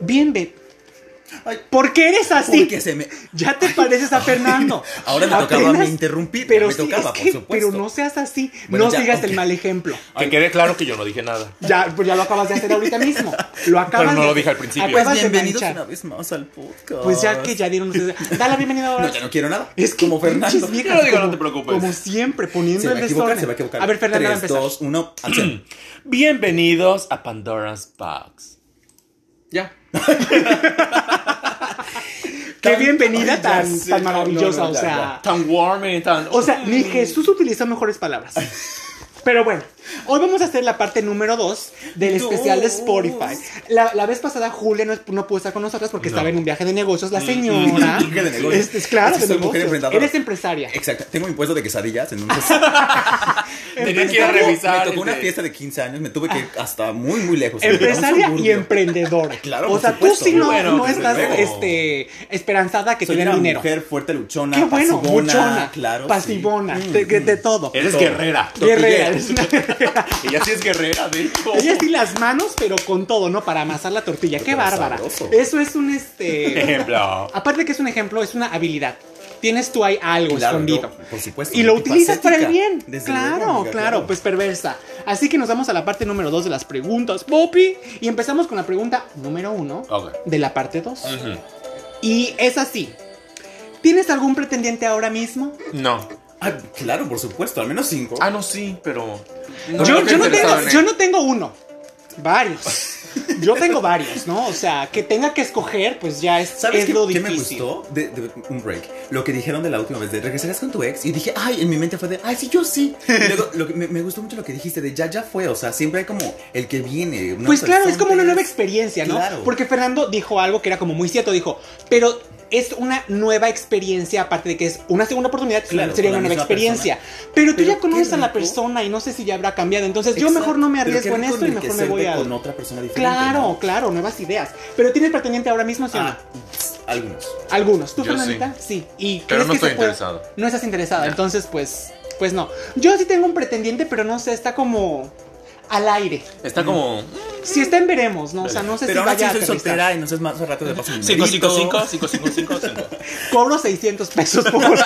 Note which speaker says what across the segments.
Speaker 1: Bien, Beb.
Speaker 2: Ay,
Speaker 1: ¿Por qué eres así?
Speaker 2: porque se me. pues
Speaker 1: Ya te pareces a Fernando.
Speaker 2: Ahora me tocaba a mí interrumpir,
Speaker 1: Pero
Speaker 2: me
Speaker 1: sí,
Speaker 2: tocaba,
Speaker 1: es
Speaker 2: por
Speaker 1: que-
Speaker 2: supuesto.
Speaker 1: Pero no seas así.
Speaker 2: Bueno,
Speaker 1: no
Speaker 2: ya,
Speaker 1: sigas
Speaker 2: ok.
Speaker 1: el mal ejemplo.
Speaker 3: Que quede claro que yo no dije nada.
Speaker 1: Ya, pues ya lo acabas de hacer ahorita mismo. Lo acabas
Speaker 3: Pero no
Speaker 1: de-
Speaker 3: lo dije al principio.
Speaker 1: acabas
Speaker 2: Pues
Speaker 1: de
Speaker 2: bienvenidos
Speaker 1: manchar.
Speaker 2: una vez más al podcast.
Speaker 1: Pues ya que ya dieron ustedes. Da la bienvenida ahora.
Speaker 2: No, ya no quiero nada.
Speaker 1: Es que
Speaker 2: como Fernando.
Speaker 1: pinches viejas,
Speaker 3: Yo digo,
Speaker 1: como-
Speaker 3: no te preocupes.
Speaker 1: Como siempre, poniendo
Speaker 2: Se va
Speaker 1: el
Speaker 2: a equivocar,
Speaker 1: desorden.
Speaker 2: se va a equivocar.
Speaker 1: A ver, Fernando, va a
Speaker 2: 3,
Speaker 1: empezar.
Speaker 2: 2, 1, acción.
Speaker 3: Bienvenidos a Pandora's Box. Ya.
Speaker 1: Qué
Speaker 2: Tan-
Speaker 1: bienvenida
Speaker 2: Ay, ya
Speaker 1: tan,
Speaker 2: sé,
Speaker 1: tan
Speaker 2: no, no,
Speaker 1: maravillosa.
Speaker 2: no,
Speaker 1: o
Speaker 2: ya,
Speaker 1: sea.
Speaker 2: ya.
Speaker 3: Tan warm y tan.
Speaker 1: O sea, ni Jesús utilizó mejores palabras. Pero bueno, hoy vamos a hacer la parte número 2 del
Speaker 2: Dos.
Speaker 1: especial de Spotify. La, la vez pasada Julia no, no pudo estar con nosotras porque
Speaker 3: No.
Speaker 1: estaba en un viaje de negocios. La señora.
Speaker 2: Mm, Viaje de negocios.
Speaker 1: Este, es claro,
Speaker 2: Es que
Speaker 1: de
Speaker 2: soy mujer
Speaker 1: negocios.
Speaker 2: emprendedora.
Speaker 1: Eres empresaria.
Speaker 2: Exacto. Tengo mi puesto de quesadillas, entonces.
Speaker 3: Tenía que ir a
Speaker 1: Empresario-
Speaker 3: revisar.
Speaker 2: Me tocó una
Speaker 3: este,
Speaker 2: fiesta de 15 años, me tuve que ir hasta muy, muy lejos.
Speaker 1: Ah. Empresaria y
Speaker 2: emprendedora.
Speaker 1: emprendedora.
Speaker 2: Claro,
Speaker 1: o
Speaker 2: por
Speaker 1: sea, tú
Speaker 2: supuesto.
Speaker 1: sí no,
Speaker 3: Bueno,
Speaker 1: no
Speaker 3: desde
Speaker 1: estás
Speaker 3: luego.
Speaker 1: este, esperanzada que te
Speaker 2: Soy
Speaker 1: den
Speaker 2: una
Speaker 1: dinero.
Speaker 2: mujer fuerte, luchona,
Speaker 1: Qué bueno,
Speaker 2: pasivona,
Speaker 1: buchona,
Speaker 2: claro.
Speaker 1: pasivona,
Speaker 2: sí. Mm,
Speaker 1: de, de todo.
Speaker 3: Eres
Speaker 2: Todo.
Speaker 3: guerrera.
Speaker 1: Guerrera.
Speaker 2: tortillera.
Speaker 1: es una guerrera.
Speaker 3: Ella sí es guerrera, de hecho.
Speaker 1: Ella sí las manos, pero con todo, ¿no? Para amasar la tortilla. ¡Qué
Speaker 2: Pero
Speaker 1: bárbara!
Speaker 2: sabroso.
Speaker 1: Eso es un este.
Speaker 3: Ejemplo.
Speaker 1: Aparte de que es un ejemplo, es una habilidad. Tienes tú ahí algo
Speaker 2: Claro,
Speaker 1: escondido.
Speaker 2: yo, por supuesto,
Speaker 1: Y lo utilizas
Speaker 2: multifacética,
Speaker 1: para el bien.
Speaker 2: desde
Speaker 1: claro,
Speaker 2: luego, amiga,
Speaker 1: claro,
Speaker 2: claro.
Speaker 1: pues perversa. Así que nos vamos a la parte número 2 de las preguntas, Poppy. Y empezamos con la pregunta número 1
Speaker 3: Ok.
Speaker 1: de la parte 2.
Speaker 3: Ujú.
Speaker 1: Y es así. ¿Tienes algún pretendiente ahora mismo?
Speaker 3: No.
Speaker 2: Ah, claro, por supuesto, al menos cinco.
Speaker 3: Ah, no, sí, pero.
Speaker 1: yo,
Speaker 3: estoy
Speaker 1: yo no
Speaker 3: interesado
Speaker 1: tengo,
Speaker 3: en
Speaker 1: yo
Speaker 3: él.
Speaker 1: no tengo uno, varios. Yo tengo varios, ¿no? O sea, que tenga que escoger, pues ya es,
Speaker 2: ¿Sabes
Speaker 1: es
Speaker 2: qué,
Speaker 1: lo
Speaker 2: qué
Speaker 1: difícil.
Speaker 2: me gustó? De, de- un break. Lo que dijeron de la última vez, de regresarás con tu ex. Y dije, ay, en mi mente fue de, ay, sí, yo sí. Y luego, lo que, me, me gustó mucho lo que dijiste de ya, ya fue. O sea, siempre hay como el que viene.
Speaker 1: Pues claro, es como una nueva
Speaker 2: experiencia.
Speaker 1: experiencia, ¿no?
Speaker 2: Claro.
Speaker 1: Porque Fernando dijo algo que era como muy cierto, dijo, pero es una nueva experiencia, aparte de que es una segunda oportunidad,
Speaker 2: Claro,
Speaker 1: sería
Speaker 2: con
Speaker 1: una
Speaker 2: la
Speaker 1: nueva
Speaker 2: misma
Speaker 1: experiencia. Pero tú
Speaker 2: Pero
Speaker 1: ya conoces
Speaker 2: qué
Speaker 1: a la
Speaker 2: rico.
Speaker 1: persona y no sé si ya habrá cambiado, entonces yo mejor no me arriesgo en esto y mejor me voy a...
Speaker 2: con otra persona diferente.
Speaker 1: Claro,
Speaker 2: ¿no?
Speaker 1: claro, nuevas ideas. Pero tienes pretendiente ahora mismo, ¿sí o no?
Speaker 2: Ah, algunos.
Speaker 1: Algunos. ¿Tú,
Speaker 3: Yo
Speaker 1: Fernandita? Sí. ¿Y crees
Speaker 3: Pero no
Speaker 1: que se
Speaker 3: estoy
Speaker 1: pueda?
Speaker 3: interesado.
Speaker 1: No estás interesada,
Speaker 3: No.
Speaker 1: entonces pues, pues no. Yo sí tengo un pretendiente, pero no sé, está como al aire.
Speaker 3: Está como.
Speaker 1: Si está en veremos, ¿no? O sea, no sé
Speaker 2: Pero
Speaker 1: si
Speaker 2: ahora sí
Speaker 1: vaya
Speaker 2: soy
Speaker 1: a aterrizar.
Speaker 2: soltera y no sé más al rato de paso. mi
Speaker 3: 555,
Speaker 2: numerito.
Speaker 3: 555, 555.
Speaker 1: Cobro 600 pesos por, por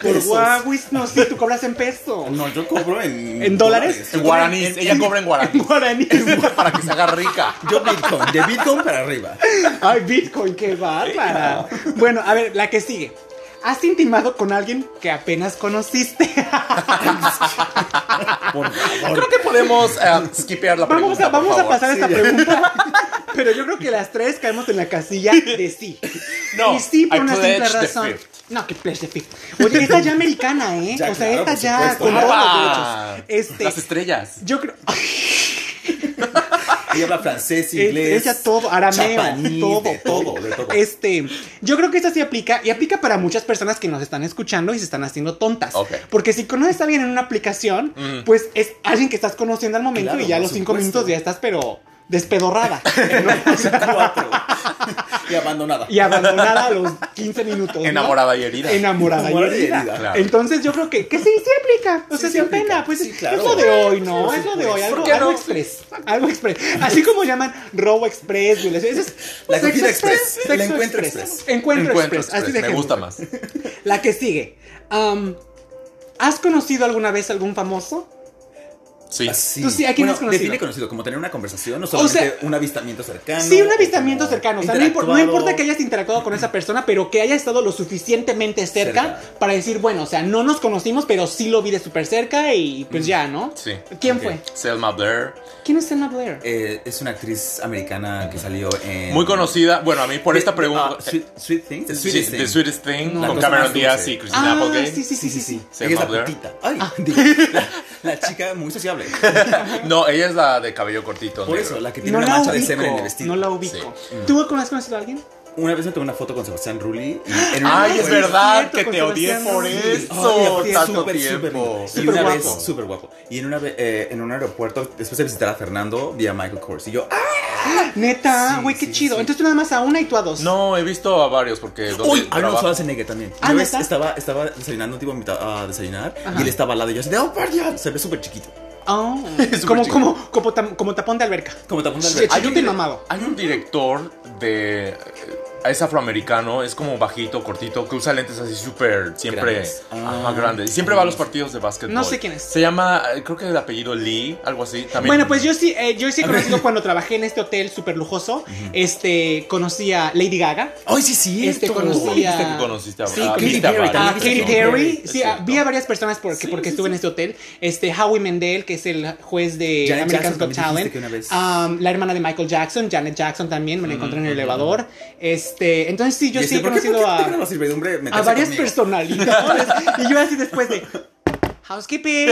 Speaker 2: Pesos.
Speaker 1: Huawei. No, sí, tú cobras en peso.
Speaker 2: No, yo cobro en.
Speaker 1: ¿En dólares?
Speaker 3: En guaraníes. Ella cobra en
Speaker 1: En
Speaker 3: guaraníes.
Speaker 1: guaraní.
Speaker 3: Para que se haga rica.
Speaker 2: Yo Bitcoin, de Bitcoin para arriba.
Speaker 1: Ay, Bitcoin, qué bárbara. Bueno, a ver, la que sigue. ¿Has intimado con alguien que apenas conociste?
Speaker 2: Por favor.
Speaker 3: Creo que podemos eh, skipear la
Speaker 1: Vamos,
Speaker 3: pregunta.
Speaker 1: a, vamos
Speaker 3: por
Speaker 1: a
Speaker 3: favor.
Speaker 1: pasar esta pregunta. Pero yo creo que las tres caemos en la casilla de sí.
Speaker 3: No,
Speaker 1: y sí por
Speaker 3: I
Speaker 1: una
Speaker 3: pledge
Speaker 1: simple
Speaker 3: the
Speaker 1: razón.
Speaker 3: fifth.
Speaker 1: No, que pledge the fifth. Oye, esta ya americana, ¿eh?
Speaker 2: Ya,
Speaker 1: o sea,
Speaker 2: claro,
Speaker 1: esta
Speaker 2: por
Speaker 1: ya
Speaker 2: supuesto.
Speaker 1: con todos
Speaker 3: ¡Apa!
Speaker 1: los derechos. Este,
Speaker 3: Ah. Las estrellas.
Speaker 1: yo creo.
Speaker 2: Ella habla francés,
Speaker 1: Es-
Speaker 2: inglés.
Speaker 1: Ella todo, arameo,
Speaker 2: chapaní,
Speaker 1: todo,
Speaker 2: de
Speaker 1: todo.
Speaker 2: todo, de todo.
Speaker 1: Este, yo creo que esta sí aplica y aplica para muchas personas que nos están escuchando y se están haciendo tontas.
Speaker 3: Ok.
Speaker 1: Porque si conoces a alguien en una aplicación,
Speaker 3: Mm.
Speaker 1: pues es alguien que estás conociendo al momento
Speaker 2: Claro,
Speaker 1: y ya a
Speaker 2: por
Speaker 1: los cinco
Speaker 2: supuesto.
Speaker 1: minutos ya estás, pero despedorrada
Speaker 2: Cuatro. y abandonada.
Speaker 1: y abandonada a los 15 minutos. ¿no?
Speaker 3: Enamorada y herida.
Speaker 1: Enamorada y
Speaker 2: Enamorada y
Speaker 1: herida.
Speaker 2: herida.
Speaker 3: Claro.
Speaker 1: Entonces yo creo que, que sí, sí aplica. O
Speaker 2: Sí,
Speaker 1: sea,
Speaker 2: sí
Speaker 1: sin
Speaker 2: aplica.
Speaker 1: pena. Pues
Speaker 2: Sí,
Speaker 1: es-
Speaker 2: claro. pues,
Speaker 1: es lo de hoy, ¿no?
Speaker 2: Por
Speaker 1: es lo de hoy.
Speaker 2: supuesto.
Speaker 1: Algo,
Speaker 3: ¿Por qué
Speaker 1: algo
Speaker 3: no?
Speaker 1: express. Algo express. Así como llaman robo express, violación. Eso es
Speaker 2: La
Speaker 1: sexo
Speaker 2: cogida express.
Speaker 1: sexo
Speaker 2: La encuentro express.
Speaker 1: Encuentro,
Speaker 3: Encuentro
Speaker 1: express. Así
Speaker 3: express,
Speaker 1: de
Speaker 3: Me
Speaker 1: ejemplo.
Speaker 3: gusta más.
Speaker 1: La que sigue. Am, ¿Has conocido alguna vez algún famoso?
Speaker 3: Sí.
Speaker 2: Así.
Speaker 1: Tú sí, ¿a quién
Speaker 2: Bueno,
Speaker 1: has conocido?
Speaker 2: define conocido, como tener una conversación o solamente
Speaker 1: sea,
Speaker 2: un avistamiento cercano.
Speaker 1: Sí, un avistamiento
Speaker 2: o
Speaker 1: cercano. O sea, no, impor- no
Speaker 2: interactuado.
Speaker 1: importa que hayas interactuado con esa persona, pero que haya estado lo suficientemente cerca,
Speaker 2: Cerca.
Speaker 1: para decir, bueno, o sea, no nos conocimos, pero sí lo vi de súper cerca y pues ya, ¿no?
Speaker 3: Sí.
Speaker 1: ¿Quién
Speaker 2: Mm, Ok.
Speaker 1: fue?
Speaker 3: Selma Blair.
Speaker 1: ¿Quién es Selma Blair?
Speaker 2: Eh, es una actriz americana que salió en.
Speaker 3: Muy conocida. Bueno, a mí por esta pregunta. eh,
Speaker 2: Ah, sweet, Sweet Things. The
Speaker 3: Sí,
Speaker 2: Sweetest
Speaker 3: The
Speaker 2: Thing.
Speaker 3: Sweetest Thing
Speaker 2: La
Speaker 3: con
Speaker 2: cosa
Speaker 3: Cameron
Speaker 2: más
Speaker 3: Díaz
Speaker 2: dulce.
Speaker 3: y Christina
Speaker 1: ah,
Speaker 3: Applegate.
Speaker 1: sí, sí, sí, sí, sí.
Speaker 2: Ella es la
Speaker 3: Selma Blair.
Speaker 2: putita. Ay,
Speaker 1: Ah.
Speaker 2: digo, la, la chica muy sociable.
Speaker 3: No, ella es la de cabello cortito.
Speaker 2: Por
Speaker 3: negro.
Speaker 2: eso, la que tiene
Speaker 1: No
Speaker 2: una
Speaker 1: la,
Speaker 2: mancha de
Speaker 1: ubico,
Speaker 2: semen en el vestido. Mm.
Speaker 1: no la ubico. ¿Tú has conocido a alguien?
Speaker 2: Una vez me tomé una foto con Sebastián Rulli. y en una
Speaker 3: Ay, es
Speaker 2: foto-
Speaker 3: verdad
Speaker 1: cierto,
Speaker 3: que
Speaker 1: con
Speaker 3: te odié
Speaker 1: Sebastián
Speaker 3: por
Speaker 1: Rulli. Ay,
Speaker 3: eso.
Speaker 1: aparte,
Speaker 3: Tanto
Speaker 2: súper
Speaker 3: tiempo.
Speaker 2: lindo. Y
Speaker 1: Súper
Speaker 2: una vez,
Speaker 1: guapo.
Speaker 2: súper guapo. Y en, una, ve- eh, en un aeropuerto, después de visitar a Fernando, vi a Michael Kors. Y yo, ¡ah!
Speaker 1: Neta,
Speaker 2: Sí,
Speaker 1: güey, qué
Speaker 2: sí,
Speaker 1: chido.
Speaker 2: sí.
Speaker 1: Entonces tú nada más a una y tú a dos.
Speaker 3: No, he visto a varios porque. donde
Speaker 2: ¡Uy! Arnold
Speaker 3: trabajo-
Speaker 2: Schwarzenegger también.
Speaker 1: Ah,
Speaker 2: Una vez
Speaker 1: ¿neta?
Speaker 2: estaba, estaba desayunando, un tipo me invitó a desayunar. Y él estaba al lado. Y yo así de, ¡oh, por Dios! Se ve súper chiquito.
Speaker 1: Oh,
Speaker 3: Súper
Speaker 1: como,
Speaker 3: chiquito.
Speaker 1: como, como, tam- como tapón de alberca.
Speaker 2: Como tapón de
Speaker 1: Sí,
Speaker 2: alberca.
Speaker 1: Ay, yo te mamado.
Speaker 3: Hay un director de. eh, Es afroamericano, es como bajito, cortito, que usa lentes así súper, siempre
Speaker 2: Grandes.
Speaker 3: ajá,
Speaker 2: Ah.
Speaker 3: grandes. Y siempre va a los partidos de básquetbol.
Speaker 1: No sé quién es.
Speaker 3: Se llama, eh, creo que el apellido Lee, algo así. También.
Speaker 1: Bueno, pues yo sí, eh, yo sí he conocido cuando trabajé en este hotel súper lujoso. Este, conocí a Lady Gaga.
Speaker 2: Ay, sí, sí.
Speaker 1: Este,
Speaker 3: Tú
Speaker 1: conocí
Speaker 3: dijiste
Speaker 1: a-
Speaker 3: que conociste a,
Speaker 1: Sí,
Speaker 3: a-
Speaker 1: conocí
Speaker 3: viste
Speaker 2: a Perry,
Speaker 1: A
Speaker 3: varios,
Speaker 2: Ah, también
Speaker 1: Katy
Speaker 3: ¿no?
Speaker 2: Katy
Speaker 1: Perry,
Speaker 3: Es
Speaker 1: sí, a-
Speaker 3: cierto.
Speaker 1: vi a varias personas porque,
Speaker 2: Sí,
Speaker 1: porque
Speaker 2: sí,
Speaker 1: estuve en
Speaker 2: sí.
Speaker 1: este hotel. Este, Howie Mendel, que es el juez de
Speaker 2: Janet
Speaker 1: American's
Speaker 2: Jackson
Speaker 1: Got
Speaker 2: también dijiste
Speaker 1: Talent.
Speaker 2: que una vez.
Speaker 1: Um, la hermana de Michael Jackson, Janet Jackson también, me la encontré en el elevador. Este, entonces sí, yo
Speaker 2: Y
Speaker 1: sí
Speaker 2: este,
Speaker 1: he
Speaker 2: ¿por qué-
Speaker 1: conocido
Speaker 2: por qué
Speaker 1: a
Speaker 2: te grabas, sirvidumbre? Métese
Speaker 1: a varias
Speaker 2: conmigo.
Speaker 1: personalidades. y yo así después de housekeeping.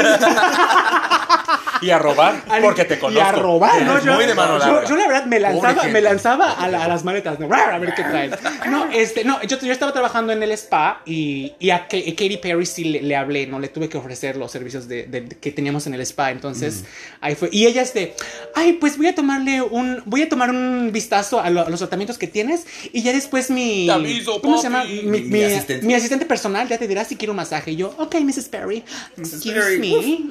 Speaker 3: Y a robar, porque te conozco.
Speaker 1: Y a robar, ¿no?
Speaker 3: Es muy de mano
Speaker 1: yo,
Speaker 3: larga.
Speaker 1: yo la verdad me
Speaker 3: Pobre
Speaker 1: lanzaba,
Speaker 3: gente.
Speaker 1: me lanzaba a, la- a las maletas, ¿no? A ver qué traen. No, este, no, yo, yo estaba trabajando en el spa y, y a, Ka- a Katy Perry sí le, le hablé, ¿no? Le tuve que ofrecer los servicios de, de- que teníamos en el spa. Entonces,
Speaker 3: Mm.
Speaker 1: ahí fue. Y ella este, ay, pues voy a tomarle un, voy a tomar un vistazo a, lo- a los tratamientos que tienes y ya después mi.
Speaker 3: Te aviso,
Speaker 1: ¿Cómo se
Speaker 3: papi.
Speaker 1: llama? Mi,
Speaker 2: Mi-
Speaker 1: mi-
Speaker 2: mi asistente.
Speaker 1: mi asistente personal ya te dirá si quiero un masaje. Y yo, ok, Mrs. Perry, excuse
Speaker 2: Perry,
Speaker 1: me.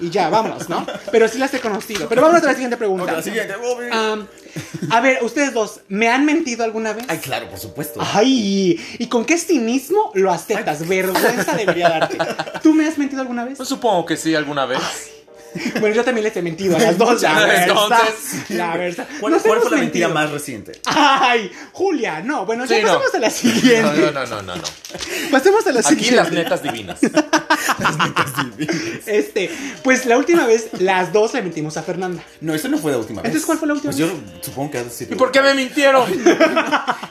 Speaker 1: Y ya, vámonos, ¿no? Pero sí las he conocido. Pero vámonos a la siguiente pregunta.
Speaker 2: Ok, la siguiente. Bobby.
Speaker 1: Am, a ver, ustedes dos, ¿me han mentido alguna vez?
Speaker 2: Ay, claro, por supuesto.
Speaker 1: Ay, ¿y con qué cinismo lo aceptas? Vergüenza debería darte. ¿Tú me has mentido alguna vez?
Speaker 3: Pues supongo que sí, alguna vez.
Speaker 1: Ah, Bueno, yo también les he mentido a las dos. La verdad.
Speaker 3: Entonces,
Speaker 1: La verdad.
Speaker 2: ¿Cuál,
Speaker 1: Nos
Speaker 2: cuál
Speaker 1: hemos
Speaker 2: fue la mentira
Speaker 1: mentido.
Speaker 2: más reciente?
Speaker 1: Ay, Julia, no. Bueno,
Speaker 3: Sí,
Speaker 1: ya
Speaker 3: no.
Speaker 1: pasemos a la siguiente.
Speaker 3: No, no, no, no, no. no.
Speaker 1: Pasemos a la
Speaker 3: Aquí
Speaker 1: siguiente.
Speaker 3: las netas divinas.
Speaker 1: Este, pues la última vez, las dos le mentimos a Fernanda.
Speaker 2: No, eso no fue la última vez.
Speaker 1: Entonces, ¿cuál fue la última
Speaker 2: Pues yo supongo que ha de ser-
Speaker 3: ¿Y por qué me mintieron?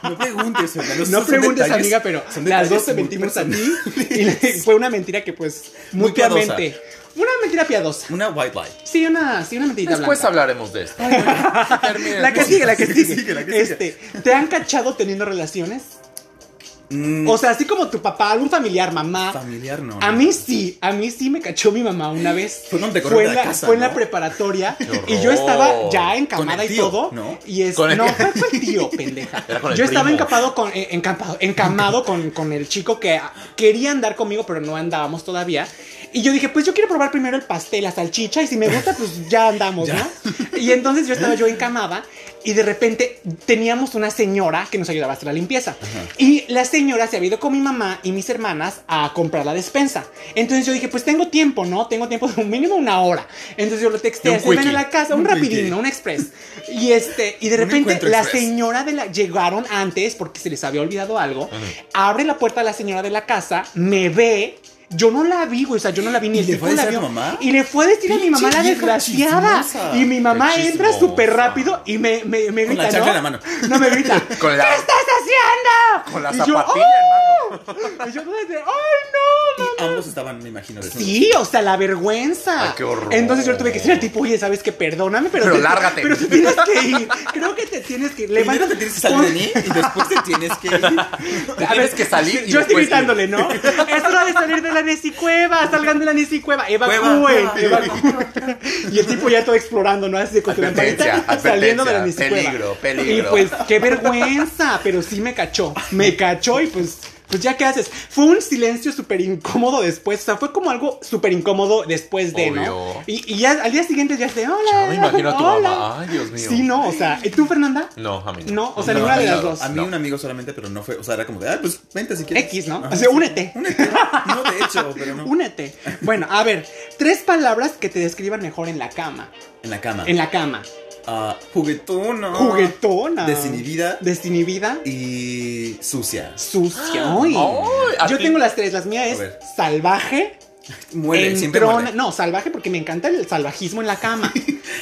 Speaker 2: No preguntes, Fernando.
Speaker 1: No
Speaker 2: son
Speaker 1: preguntes,
Speaker 2: detalles-
Speaker 1: amiga, pero
Speaker 2: son
Speaker 1: las
Speaker 2: detalles
Speaker 1: dos te
Speaker 2: muy
Speaker 1: mentimos a
Speaker 2: personales.
Speaker 1: mí. Y le- fue una mentira que, pues,
Speaker 2: Muy
Speaker 1: mutuamente. Una mentira piadosa.
Speaker 2: Una white lie.
Speaker 1: Sí, una, sí, una mentirita
Speaker 3: Después
Speaker 1: blanca.
Speaker 3: hablaremos de esto. Terminen.
Speaker 1: La que sigue, la que
Speaker 2: Sí,
Speaker 1: sigue.
Speaker 2: sigue, la que sigue.
Speaker 1: Este, ¿te han cachado teniendo relaciones?
Speaker 2: Mm,
Speaker 1: O sea, así como tu papá, algún familiar, mamá.
Speaker 2: familiar no.
Speaker 1: Ah, A
Speaker 2: no.
Speaker 1: mí sí, a mí sí me cachó mi mamá una vez.
Speaker 2: Fue cuando te corrieron
Speaker 1: fue
Speaker 2: de
Speaker 1: en
Speaker 2: la
Speaker 1: la,
Speaker 2: casa,
Speaker 1: fue en
Speaker 2: ¿no?
Speaker 1: la preparatoria
Speaker 3: horror.
Speaker 1: y yo estaba ya encamada
Speaker 2: Con el
Speaker 1: y
Speaker 2: tío,
Speaker 1: todo.
Speaker 2: ¿no?
Speaker 1: Y es
Speaker 3: Con el-
Speaker 1: no, fue con el tío, pendeja.
Speaker 3: Era con el
Speaker 1: yo estaba
Speaker 3: primo.
Speaker 1: encapado con, eh, encampado- encamado con, con el chico que quería andar conmigo, pero no andábamos todavía. Y yo dije, pues yo quiero probar primero el pastel, la salchicha, y si me gusta, pues ya andamos,
Speaker 2: Ya.
Speaker 1: ¿no? Y entonces yo estaba yo encamada y de repente teníamos una señora que nos ayudaba a hacer la limpieza. Y la señora se había ido con mi mamá y mis hermanas a comprar la despensa. Entonces yo dije, pues tengo tiempo, ¿no? Tengo tiempo de un mínimo una hora. Entonces yo lo
Speaker 3: De
Speaker 1: texté,
Speaker 3: un
Speaker 1: se ven a
Speaker 3: quickie.
Speaker 1: la casa, un,
Speaker 2: Un
Speaker 1: rapidino,
Speaker 2: quickie.
Speaker 1: un express. Y este, y de
Speaker 2: Un
Speaker 1: repente
Speaker 2: encuentro
Speaker 1: la
Speaker 2: express.
Speaker 1: señora de la llegaron antes porque se les había olvidado algo. Abre la puerta a la señora de la casa, me ve. Yo no la vi, güey. O sea, yo no la vi ni
Speaker 2: ¿Y
Speaker 1: el
Speaker 2: le
Speaker 1: tipo
Speaker 2: fue a
Speaker 1: la
Speaker 2: decir a
Speaker 1: vio.
Speaker 2: tu mamá?
Speaker 1: Y le fue a decir a mi
Speaker 2: Pinche
Speaker 1: mamá la
Speaker 2: vieja
Speaker 1: desgraciada.
Speaker 2: chismosa.
Speaker 1: Y mi mamá
Speaker 3: Qué
Speaker 1: entra súper
Speaker 3: chismosa.
Speaker 1: rápido y me, me, me
Speaker 2: Con
Speaker 1: grita.
Speaker 2: la chancla
Speaker 1: ¿no?
Speaker 2: en la mano.
Speaker 1: No me grita.
Speaker 3: Con la-
Speaker 1: ¿Qué estás haciendo?
Speaker 3: Con la
Speaker 1: Y yo,
Speaker 3: zapatilla,
Speaker 1: "¡Oh!". Y yo desde, ¡ay, no!
Speaker 2: Y ambos estaban, me imagino, desnudos.
Speaker 1: Sí, o sea, la vergüenza.
Speaker 3: Ay, qué horror.
Speaker 1: Entonces yo le tuve que decir al tipo, oye, ¿sabes qué? Perdóname, pero.
Speaker 3: Pero
Speaker 1: te-
Speaker 3: lárgate.
Speaker 1: Pero te tienes que ir. Creo que te tienes que ir.
Speaker 2: Primero te tienes que salir de mí y después te tienes que ir.
Speaker 3: Te tienes que salir y
Speaker 1: Yo estoy
Speaker 3: después-
Speaker 1: gritándole, ¿no? Es hora de salir de la Nesicueva. Salgan de la Nesicueva. Evacúen.
Speaker 2: Cueva, cueva.
Speaker 1: evacúen. Y el tipo ya todo explorando, ¿no? Así de con su
Speaker 3: Advertencia,
Speaker 1: lamparita, saliendo de la
Speaker 3: advertencia,
Speaker 1: Nesicueva.
Speaker 3: peligro, peligro.
Speaker 1: Y pues, qué vergüenza. Pero sí me cachó. Me cachó y pues. Pues ya, ¿qué haces? Fue un silencio súper incómodo después. O sea, fue como algo súper incómodo después de, ¿no?
Speaker 3: Obvio.
Speaker 1: Y, y ya al día siguiente ya se, hola.
Speaker 3: Ya me imagino a tu
Speaker 1: hola".
Speaker 3: mamá. Ay, Dios mío.
Speaker 1: Sí, no, o sea, ¿y tú, Fernanda?
Speaker 3: No, a mí no.
Speaker 1: No, o sea, ninguna de las dos.
Speaker 2: A mí
Speaker 3: No.
Speaker 2: un amigo solamente, pero no fue. O sea, era como de, ah, pues vente si quieres.
Speaker 1: X, ¿no?
Speaker 2: Ajá,
Speaker 1: O sea,
Speaker 2: sí.
Speaker 1: únete.
Speaker 2: Únete. No, de hecho, pero no.
Speaker 1: Únete. Bueno, a ver, tres palabras que te describan mejor en la cama.
Speaker 2: En la cama.
Speaker 1: En la cama.
Speaker 2: Ah, juguetona.
Speaker 1: Juguetona.
Speaker 2: Desinhibida.
Speaker 1: Desinhibida.
Speaker 2: Y sucia.
Speaker 1: Sucia. Uy.
Speaker 3: Ay, a
Speaker 1: Yo
Speaker 3: ti-
Speaker 1: tengo las tres. Las mías
Speaker 2: A ver.
Speaker 1: es salvaje.
Speaker 2: Muere, siempre
Speaker 1: entrona.
Speaker 2: muere.
Speaker 1: No, salvaje porque me encanta el salvajismo en la cama.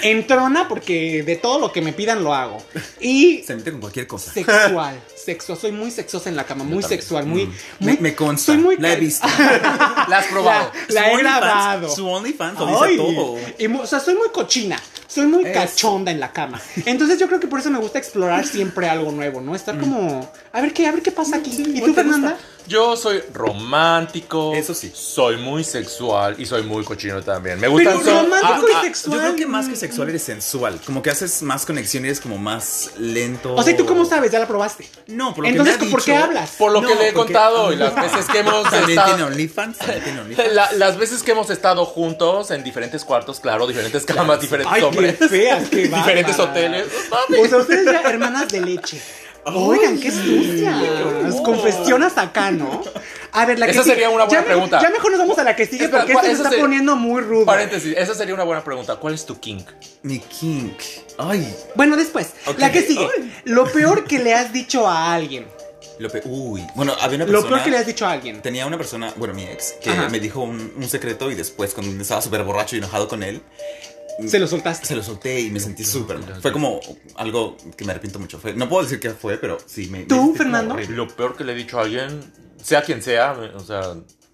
Speaker 1: entrona porque de todo lo que me pidan lo hago. Y
Speaker 2: Se mete con cualquier cosa.
Speaker 1: sexual. Sexo. Soy muy sexosa en la cama. Muy
Speaker 3: también.
Speaker 1: sexual. Muy, muy-
Speaker 2: Me, Mm. me consta.
Speaker 1: soy muy
Speaker 2: la he
Speaker 1: cal-
Speaker 2: visto.
Speaker 3: La has probado.
Speaker 1: La- la
Speaker 2: Su
Speaker 1: he
Speaker 2: OnlyFans-
Speaker 1: grabado.
Speaker 2: Su OnlyFans lo
Speaker 1: Ay,
Speaker 2: dice todo.
Speaker 1: y mu- o sea, soy muy cochina. soy muy
Speaker 2: Eso.
Speaker 1: cachonda en la cama. Entonces yo creo que por eso me gusta explorar siempre algo nuevo, ¿no?
Speaker 3: Mm.
Speaker 1: Estar como, a ver qué, a ver qué pasa aquí. ¿Y tú,
Speaker 2: te gusta?
Speaker 1: Fernanda?
Speaker 3: Yo soy romántico.
Speaker 2: Eso sí.
Speaker 3: Soy muy sexual y soy muy cochino también. Me
Speaker 1: Pero
Speaker 3: gustan solo-
Speaker 1: romántico
Speaker 3: Ah,
Speaker 1: y
Speaker 3: ah,
Speaker 1: sexual.
Speaker 2: Yo creo que más que sexual eres sensual. Como que haces más conexión y eres como más lento.
Speaker 1: O sea, ¿y tú cómo sabes? Ya la probaste.
Speaker 2: No, por lo
Speaker 1: Entonces,
Speaker 2: que me ha
Speaker 1: ¿por qué
Speaker 2: dicho-
Speaker 1: hablas?
Speaker 3: Por lo
Speaker 2: No,
Speaker 3: que le he
Speaker 2: porque-
Speaker 3: contado y las veces que hemos
Speaker 2: También
Speaker 3: estado-
Speaker 2: tiene OnlyFans. También tiene OnlyFans.
Speaker 3: La- las veces que hemos estado juntos en diferentes cuartos, claro, diferentes camas, diferentes
Speaker 1: Ay, qué
Speaker 3: hombres,
Speaker 1: feas, qué
Speaker 3: diferentes
Speaker 1: bárbaras.
Speaker 3: hoteles.
Speaker 1: O sea, ustedes ya hermanas de leche. Oigan, qué sucias.
Speaker 3: horror.
Speaker 1: Confesiones acá, ¿no? A ver, la que
Speaker 3: Esa
Speaker 1: sigue.
Speaker 3: sería una buena
Speaker 1: Ya me-
Speaker 3: pregunta.
Speaker 1: Ya mejor nos vamos a la que sigue
Speaker 3: Espera,
Speaker 1: porque esto
Speaker 3: ¿cuál-
Speaker 1: se
Speaker 3: eso
Speaker 1: está
Speaker 3: sería-
Speaker 1: poniendo muy rudo.
Speaker 3: Paréntesis, esa sería una buena pregunta. ¿Cuál es tu kink?
Speaker 2: Mi kink. Ay.
Speaker 1: Bueno, después.
Speaker 2: Ok.
Speaker 1: La que sigue. Lo peor que le has dicho a alguien.
Speaker 2: Lo pe- Uy. Bueno, había una persona.
Speaker 1: Lo peor que le has dicho a alguien.
Speaker 2: Tenía una persona, bueno, mi ex, que
Speaker 1: Ajá.
Speaker 2: me dijo un, un secreto y después, cuando estaba súper borracho y enojado con él,
Speaker 1: Se lo soltaste.
Speaker 2: se lo solté y me sentí súper mal. Fue como algo que me arrepiento mucho. Fue- no puedo decir qué fue, pero sí me. me
Speaker 1: ¿Tú,
Speaker 2: sentí como
Speaker 1: Fernando?
Speaker 2: horrible.
Speaker 3: Lo peor que le he dicho a alguien, sea quien sea, o sea,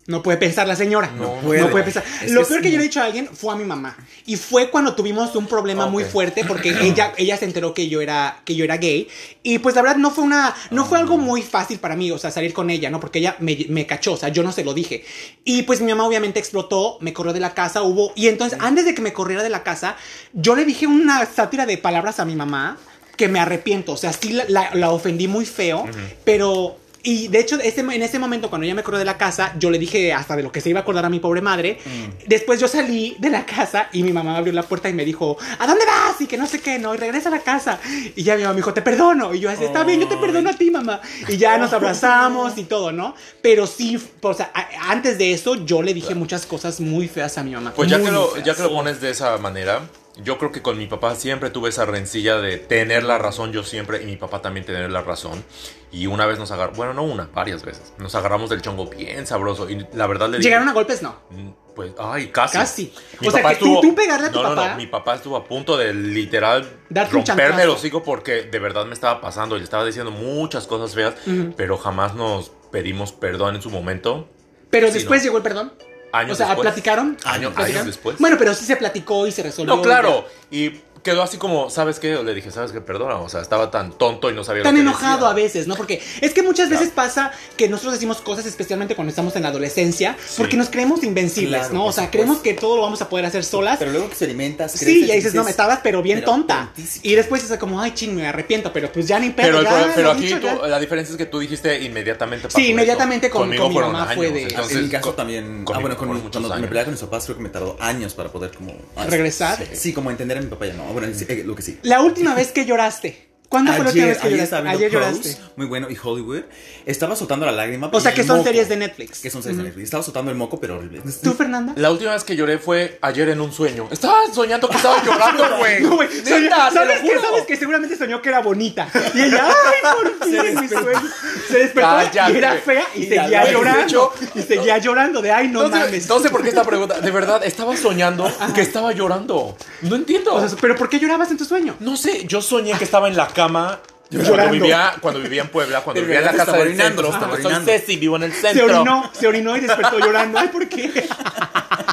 Speaker 1: No puede pensar la señora. No,
Speaker 3: No, no
Speaker 1: puede.
Speaker 2: puede.
Speaker 1: pensar.
Speaker 2: Es
Speaker 1: Lo
Speaker 2: que
Speaker 1: peor
Speaker 2: es-
Speaker 1: que yo le he dicho a alguien fue a mi mamá. Y fue cuando tuvimos un problema muy
Speaker 3: Ok.
Speaker 1: fuerte porque ella, ella se enteró que yo era, que yo era gay. Y pues la verdad no fue una, no fue algo muy fácil para mí, o sea, salir con ella, ¿no? Porque ella me, me cachó, o sea, yo no se lo dije. Y pues mi mamá obviamente explotó, me corrió de la casa, hubo. Y entonces, antes de que me corriera de la casa, yo le dije una sátira de palabras a mi mamá que me arrepiento. O sea, sí la, la- la ofendí muy feo, pero. Y de hecho, ese- en ese momento, cuando ella me corrió de la casa, yo le dije hasta de lo que se iba a acordar a mi pobre madre.
Speaker 3: Mm.
Speaker 1: Después yo salí de la casa y mi mamá me abrió la puerta y me dijo, ¿a dónde vas? Y que no sé qué, no, y regresa a la casa. Y ya mi mamá me dijo, te perdono. Y yo así, está bien, yo te perdono a ti, mamá. Y ya nos abrazamos y todo, ¿no? Pero sí, o sea, a- antes de eso, yo le dije muchas cosas muy feas a mi mamá.
Speaker 3: Pues ya
Speaker 1: Muy,
Speaker 3: que,
Speaker 1: muy
Speaker 3: lo,
Speaker 1: feas.
Speaker 3: ya que lo pones de esa manera, yo creo que con mi papá siempre tuve esa rencilla de tener la razón yo siempre y mi papá también tener la razón. Y una vez nos agarramos, bueno, no una, varias veces, nos agarramos del chongo bien sabroso y la verdad le dije-
Speaker 1: ¿Llegaron a golpes? No.
Speaker 3: Mm, Pues, ay, casi.
Speaker 1: Casi. O sea, que tú- tú pegarle a tu
Speaker 3: No, no,
Speaker 1: papá.
Speaker 3: no, mi papá estuvo a punto de literal
Speaker 1: Darte un
Speaker 3: romperme el
Speaker 1: chantazo.
Speaker 3: hocico porque de verdad me estaba pasando y le estaba diciendo muchas cosas feas,
Speaker 1: Ujú.
Speaker 3: pero jamás nos pedimos perdón en su momento.
Speaker 1: Pero
Speaker 3: Sí,
Speaker 1: después
Speaker 3: no.
Speaker 1: llegó el perdón.
Speaker 3: Años
Speaker 1: o sea,
Speaker 3: después.
Speaker 1: ¿platicaron?
Speaker 3: Año-
Speaker 2: Pues
Speaker 1: ¿Platicaron?
Speaker 3: años después.
Speaker 1: Bueno, pero sí se platicó y se resolvió.
Speaker 3: No, claro. Y quedó así como, ¿sabes qué? Le dije, ¿sabes qué? Perdona. O sea, estaba tan tonto y no sabía lo
Speaker 1: Tan
Speaker 3: que
Speaker 1: enojado
Speaker 3: decía.
Speaker 1: a veces, ¿no? Porque es que muchas veces pasa que nosotros decimos cosas, especialmente cuando estamos en la adolescencia,
Speaker 3: Sí.
Speaker 1: porque nos creemos invencibles,
Speaker 2: Claro,
Speaker 1: ¿no? O
Speaker 2: por
Speaker 1: sea,
Speaker 2: supuesto.
Speaker 1: creemos que todo lo vamos a poder hacer solas.
Speaker 2: Pero luego experimentas. creces
Speaker 1: Sí, ya
Speaker 2: y
Speaker 1: dices, no, me estabas, pero bien
Speaker 2: pero
Speaker 1: tonta.
Speaker 2: tontísima.
Speaker 1: Y después es como, ay, ching, me arrepiento, pero pues ya ni
Speaker 3: Pero,
Speaker 1: pedo,
Speaker 3: el
Speaker 1: ya,
Speaker 3: problema-
Speaker 1: lo
Speaker 3: pero
Speaker 1: has
Speaker 3: aquí
Speaker 1: dicho, ya.
Speaker 3: tú-
Speaker 2: eh,
Speaker 3: la diferencia es que tú dijiste inmediatamente
Speaker 1: Sí, inmediatamente con- con mi
Speaker 3: fueron
Speaker 1: mamá fue de-
Speaker 2: En mi caso
Speaker 3: con-
Speaker 2: también.
Speaker 3: con
Speaker 2: ah,
Speaker 3: mi-
Speaker 2: bueno, con
Speaker 3: fueron
Speaker 2: mi-
Speaker 3: muchos
Speaker 2: cuando me
Speaker 3: años.
Speaker 2: peleaba con mis papás, creo que me tardó años para poder como. ah,
Speaker 1: ¿Regresar?
Speaker 2: Sí, sí, como entender a mi papá ya no. Bueno, sí, eh, lo que sí.
Speaker 1: La última vez que lloraste. ¿Cuándo fue la última vez que
Speaker 2: ayer
Speaker 1: lloraste?
Speaker 2: estaba viendo
Speaker 1: Ayer
Speaker 2: Pose,
Speaker 1: lloraste.
Speaker 2: Muy bueno, y Hollywood. Estaba soltando la lágrima.
Speaker 1: O sea,
Speaker 2: y
Speaker 1: que
Speaker 2: el
Speaker 1: son
Speaker 2: moco.
Speaker 1: series de Netflix.
Speaker 2: Que son series de Netflix. Estaba soltando el moco, pero horrible.
Speaker 1: ¿Tú, Fernanda?
Speaker 3: La última vez que lloré fue ayer en un sueño. Estaba soñando que estaba llorando, güey.
Speaker 1: No, güey.
Speaker 3: Neta,
Speaker 1: soñó-
Speaker 3: te
Speaker 1: ¿sabes,
Speaker 3: lo
Speaker 1: que,
Speaker 3: juro.
Speaker 1: ¿Sabes que seguramente soñó que era bonita? Y ella, ay, por fin, en mi sueño. Se despertó y
Speaker 3: Cállate.
Speaker 1: era fea y
Speaker 2: Mira,
Speaker 1: seguía
Speaker 2: lo he
Speaker 1: llorando.
Speaker 3: hecho.
Speaker 1: Y seguía llorando de, ay, no,
Speaker 3: No sé,
Speaker 1: mames.
Speaker 3: no sé por qué esta pregunta. De verdad, estaba soñando que estaba llorando. No entiendo.
Speaker 1: O sea, pero ¿por qué llorabas en tu sueño?
Speaker 3: No sé, yo soñé que estaba en la cama. Cuando
Speaker 1: Llorando.
Speaker 3: vivía, cuando vivía en Puebla, cuando
Speaker 2: Pero
Speaker 3: vivía en la
Speaker 2: estaba
Speaker 3: casa del
Speaker 2: orinando,
Speaker 3: centro.
Speaker 2: estaba
Speaker 3: Soy
Speaker 2: orinando.
Speaker 3: Ceci, vivo en el
Speaker 1: Se
Speaker 3: centro.
Speaker 1: orinó, se orinó y despertó llorando. Ay, ¿por qué?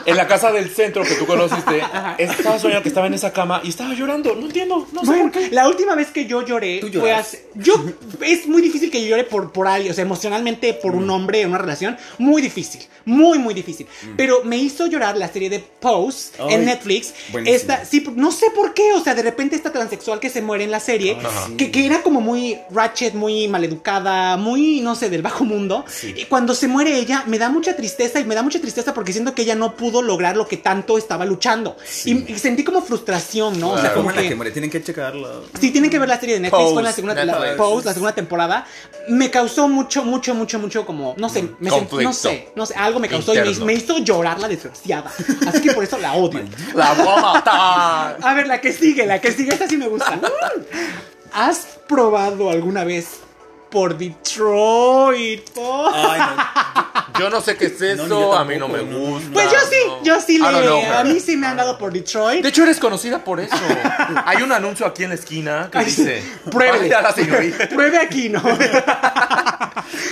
Speaker 3: En la casa del centro que tú conociste. Estaba soñando que estaba en esa cama y estaba llorando. No entiendo, no sé
Speaker 1: Bueno,
Speaker 3: por qué.
Speaker 1: la última vez que yo lloré
Speaker 2: Tú
Speaker 1: fue
Speaker 2: lloras.
Speaker 1: hace- Yo, es muy difícil que yo llore por, por alguien, o sea, emocionalmente por
Speaker 2: Mm.
Speaker 1: un hombre en una relación. Muy difícil, muy, muy difícil. Pero me hizo llorar la serie de Pose en
Speaker 2: Mm. Ay,
Speaker 1: Netflix.
Speaker 2: buenísima.
Speaker 1: Esta, sí, no sé por qué, o sea, de repente esta transexual que se muere en la serie,
Speaker 2: Ay,
Speaker 1: que,
Speaker 2: sí.
Speaker 1: que era como muy ratchet, muy maleducada, muy, no sé, del bajo mundo. Y cuando se muere ella, me da mucha tristeza y me da mucha tristeza porque siento que ella no pudo lograr lo que tanto estaba luchando.
Speaker 2: Sí.
Speaker 1: Y, y sentí como frustración, ¿no? O sea,
Speaker 3: Claro.
Speaker 1: como
Speaker 2: ¿Cómo es la
Speaker 1: que-
Speaker 2: que muere? Tienen que checarla.
Speaker 1: Sí, tienen que ver la serie de Netflix,
Speaker 3: Pose,
Speaker 1: fue la segunda la-
Speaker 3: Netflix.
Speaker 1: Pose, la segunda temporada. Me causó mucho, mucho, mucho, mucho como, no sé, me sent- no
Speaker 3: Conflicto.
Speaker 1: sé, no sé, algo me causó y me,
Speaker 3: Interno.
Speaker 1: me hizo llorar la desgraciada. Así que por eso la odio.
Speaker 3: La voy a matar.
Speaker 1: A ver, la que sigue, la que sigue, esta sí me gusta. ¿Has probado alguna vez por Detroit? Oh.
Speaker 3: Ah,
Speaker 2: Ay, no.
Speaker 3: Yo no sé qué es eso,
Speaker 2: No, ni yo
Speaker 3: a mí no me
Speaker 2: tampoco, no, no, no.
Speaker 3: gusta.
Speaker 1: Pues yo sí,
Speaker 3: no.
Speaker 1: yo sí
Speaker 3: I
Speaker 1: le,
Speaker 3: don't know her.
Speaker 1: a mí sí me han dado por Detroit.
Speaker 3: De hecho, eres conocida por eso. Hay un anuncio aquí en la esquina que
Speaker 1: Ay,
Speaker 3: dice:
Speaker 1: pruébele.
Speaker 3: "Vaya a la señorita.
Speaker 1: Pruebe aquí, ¿no?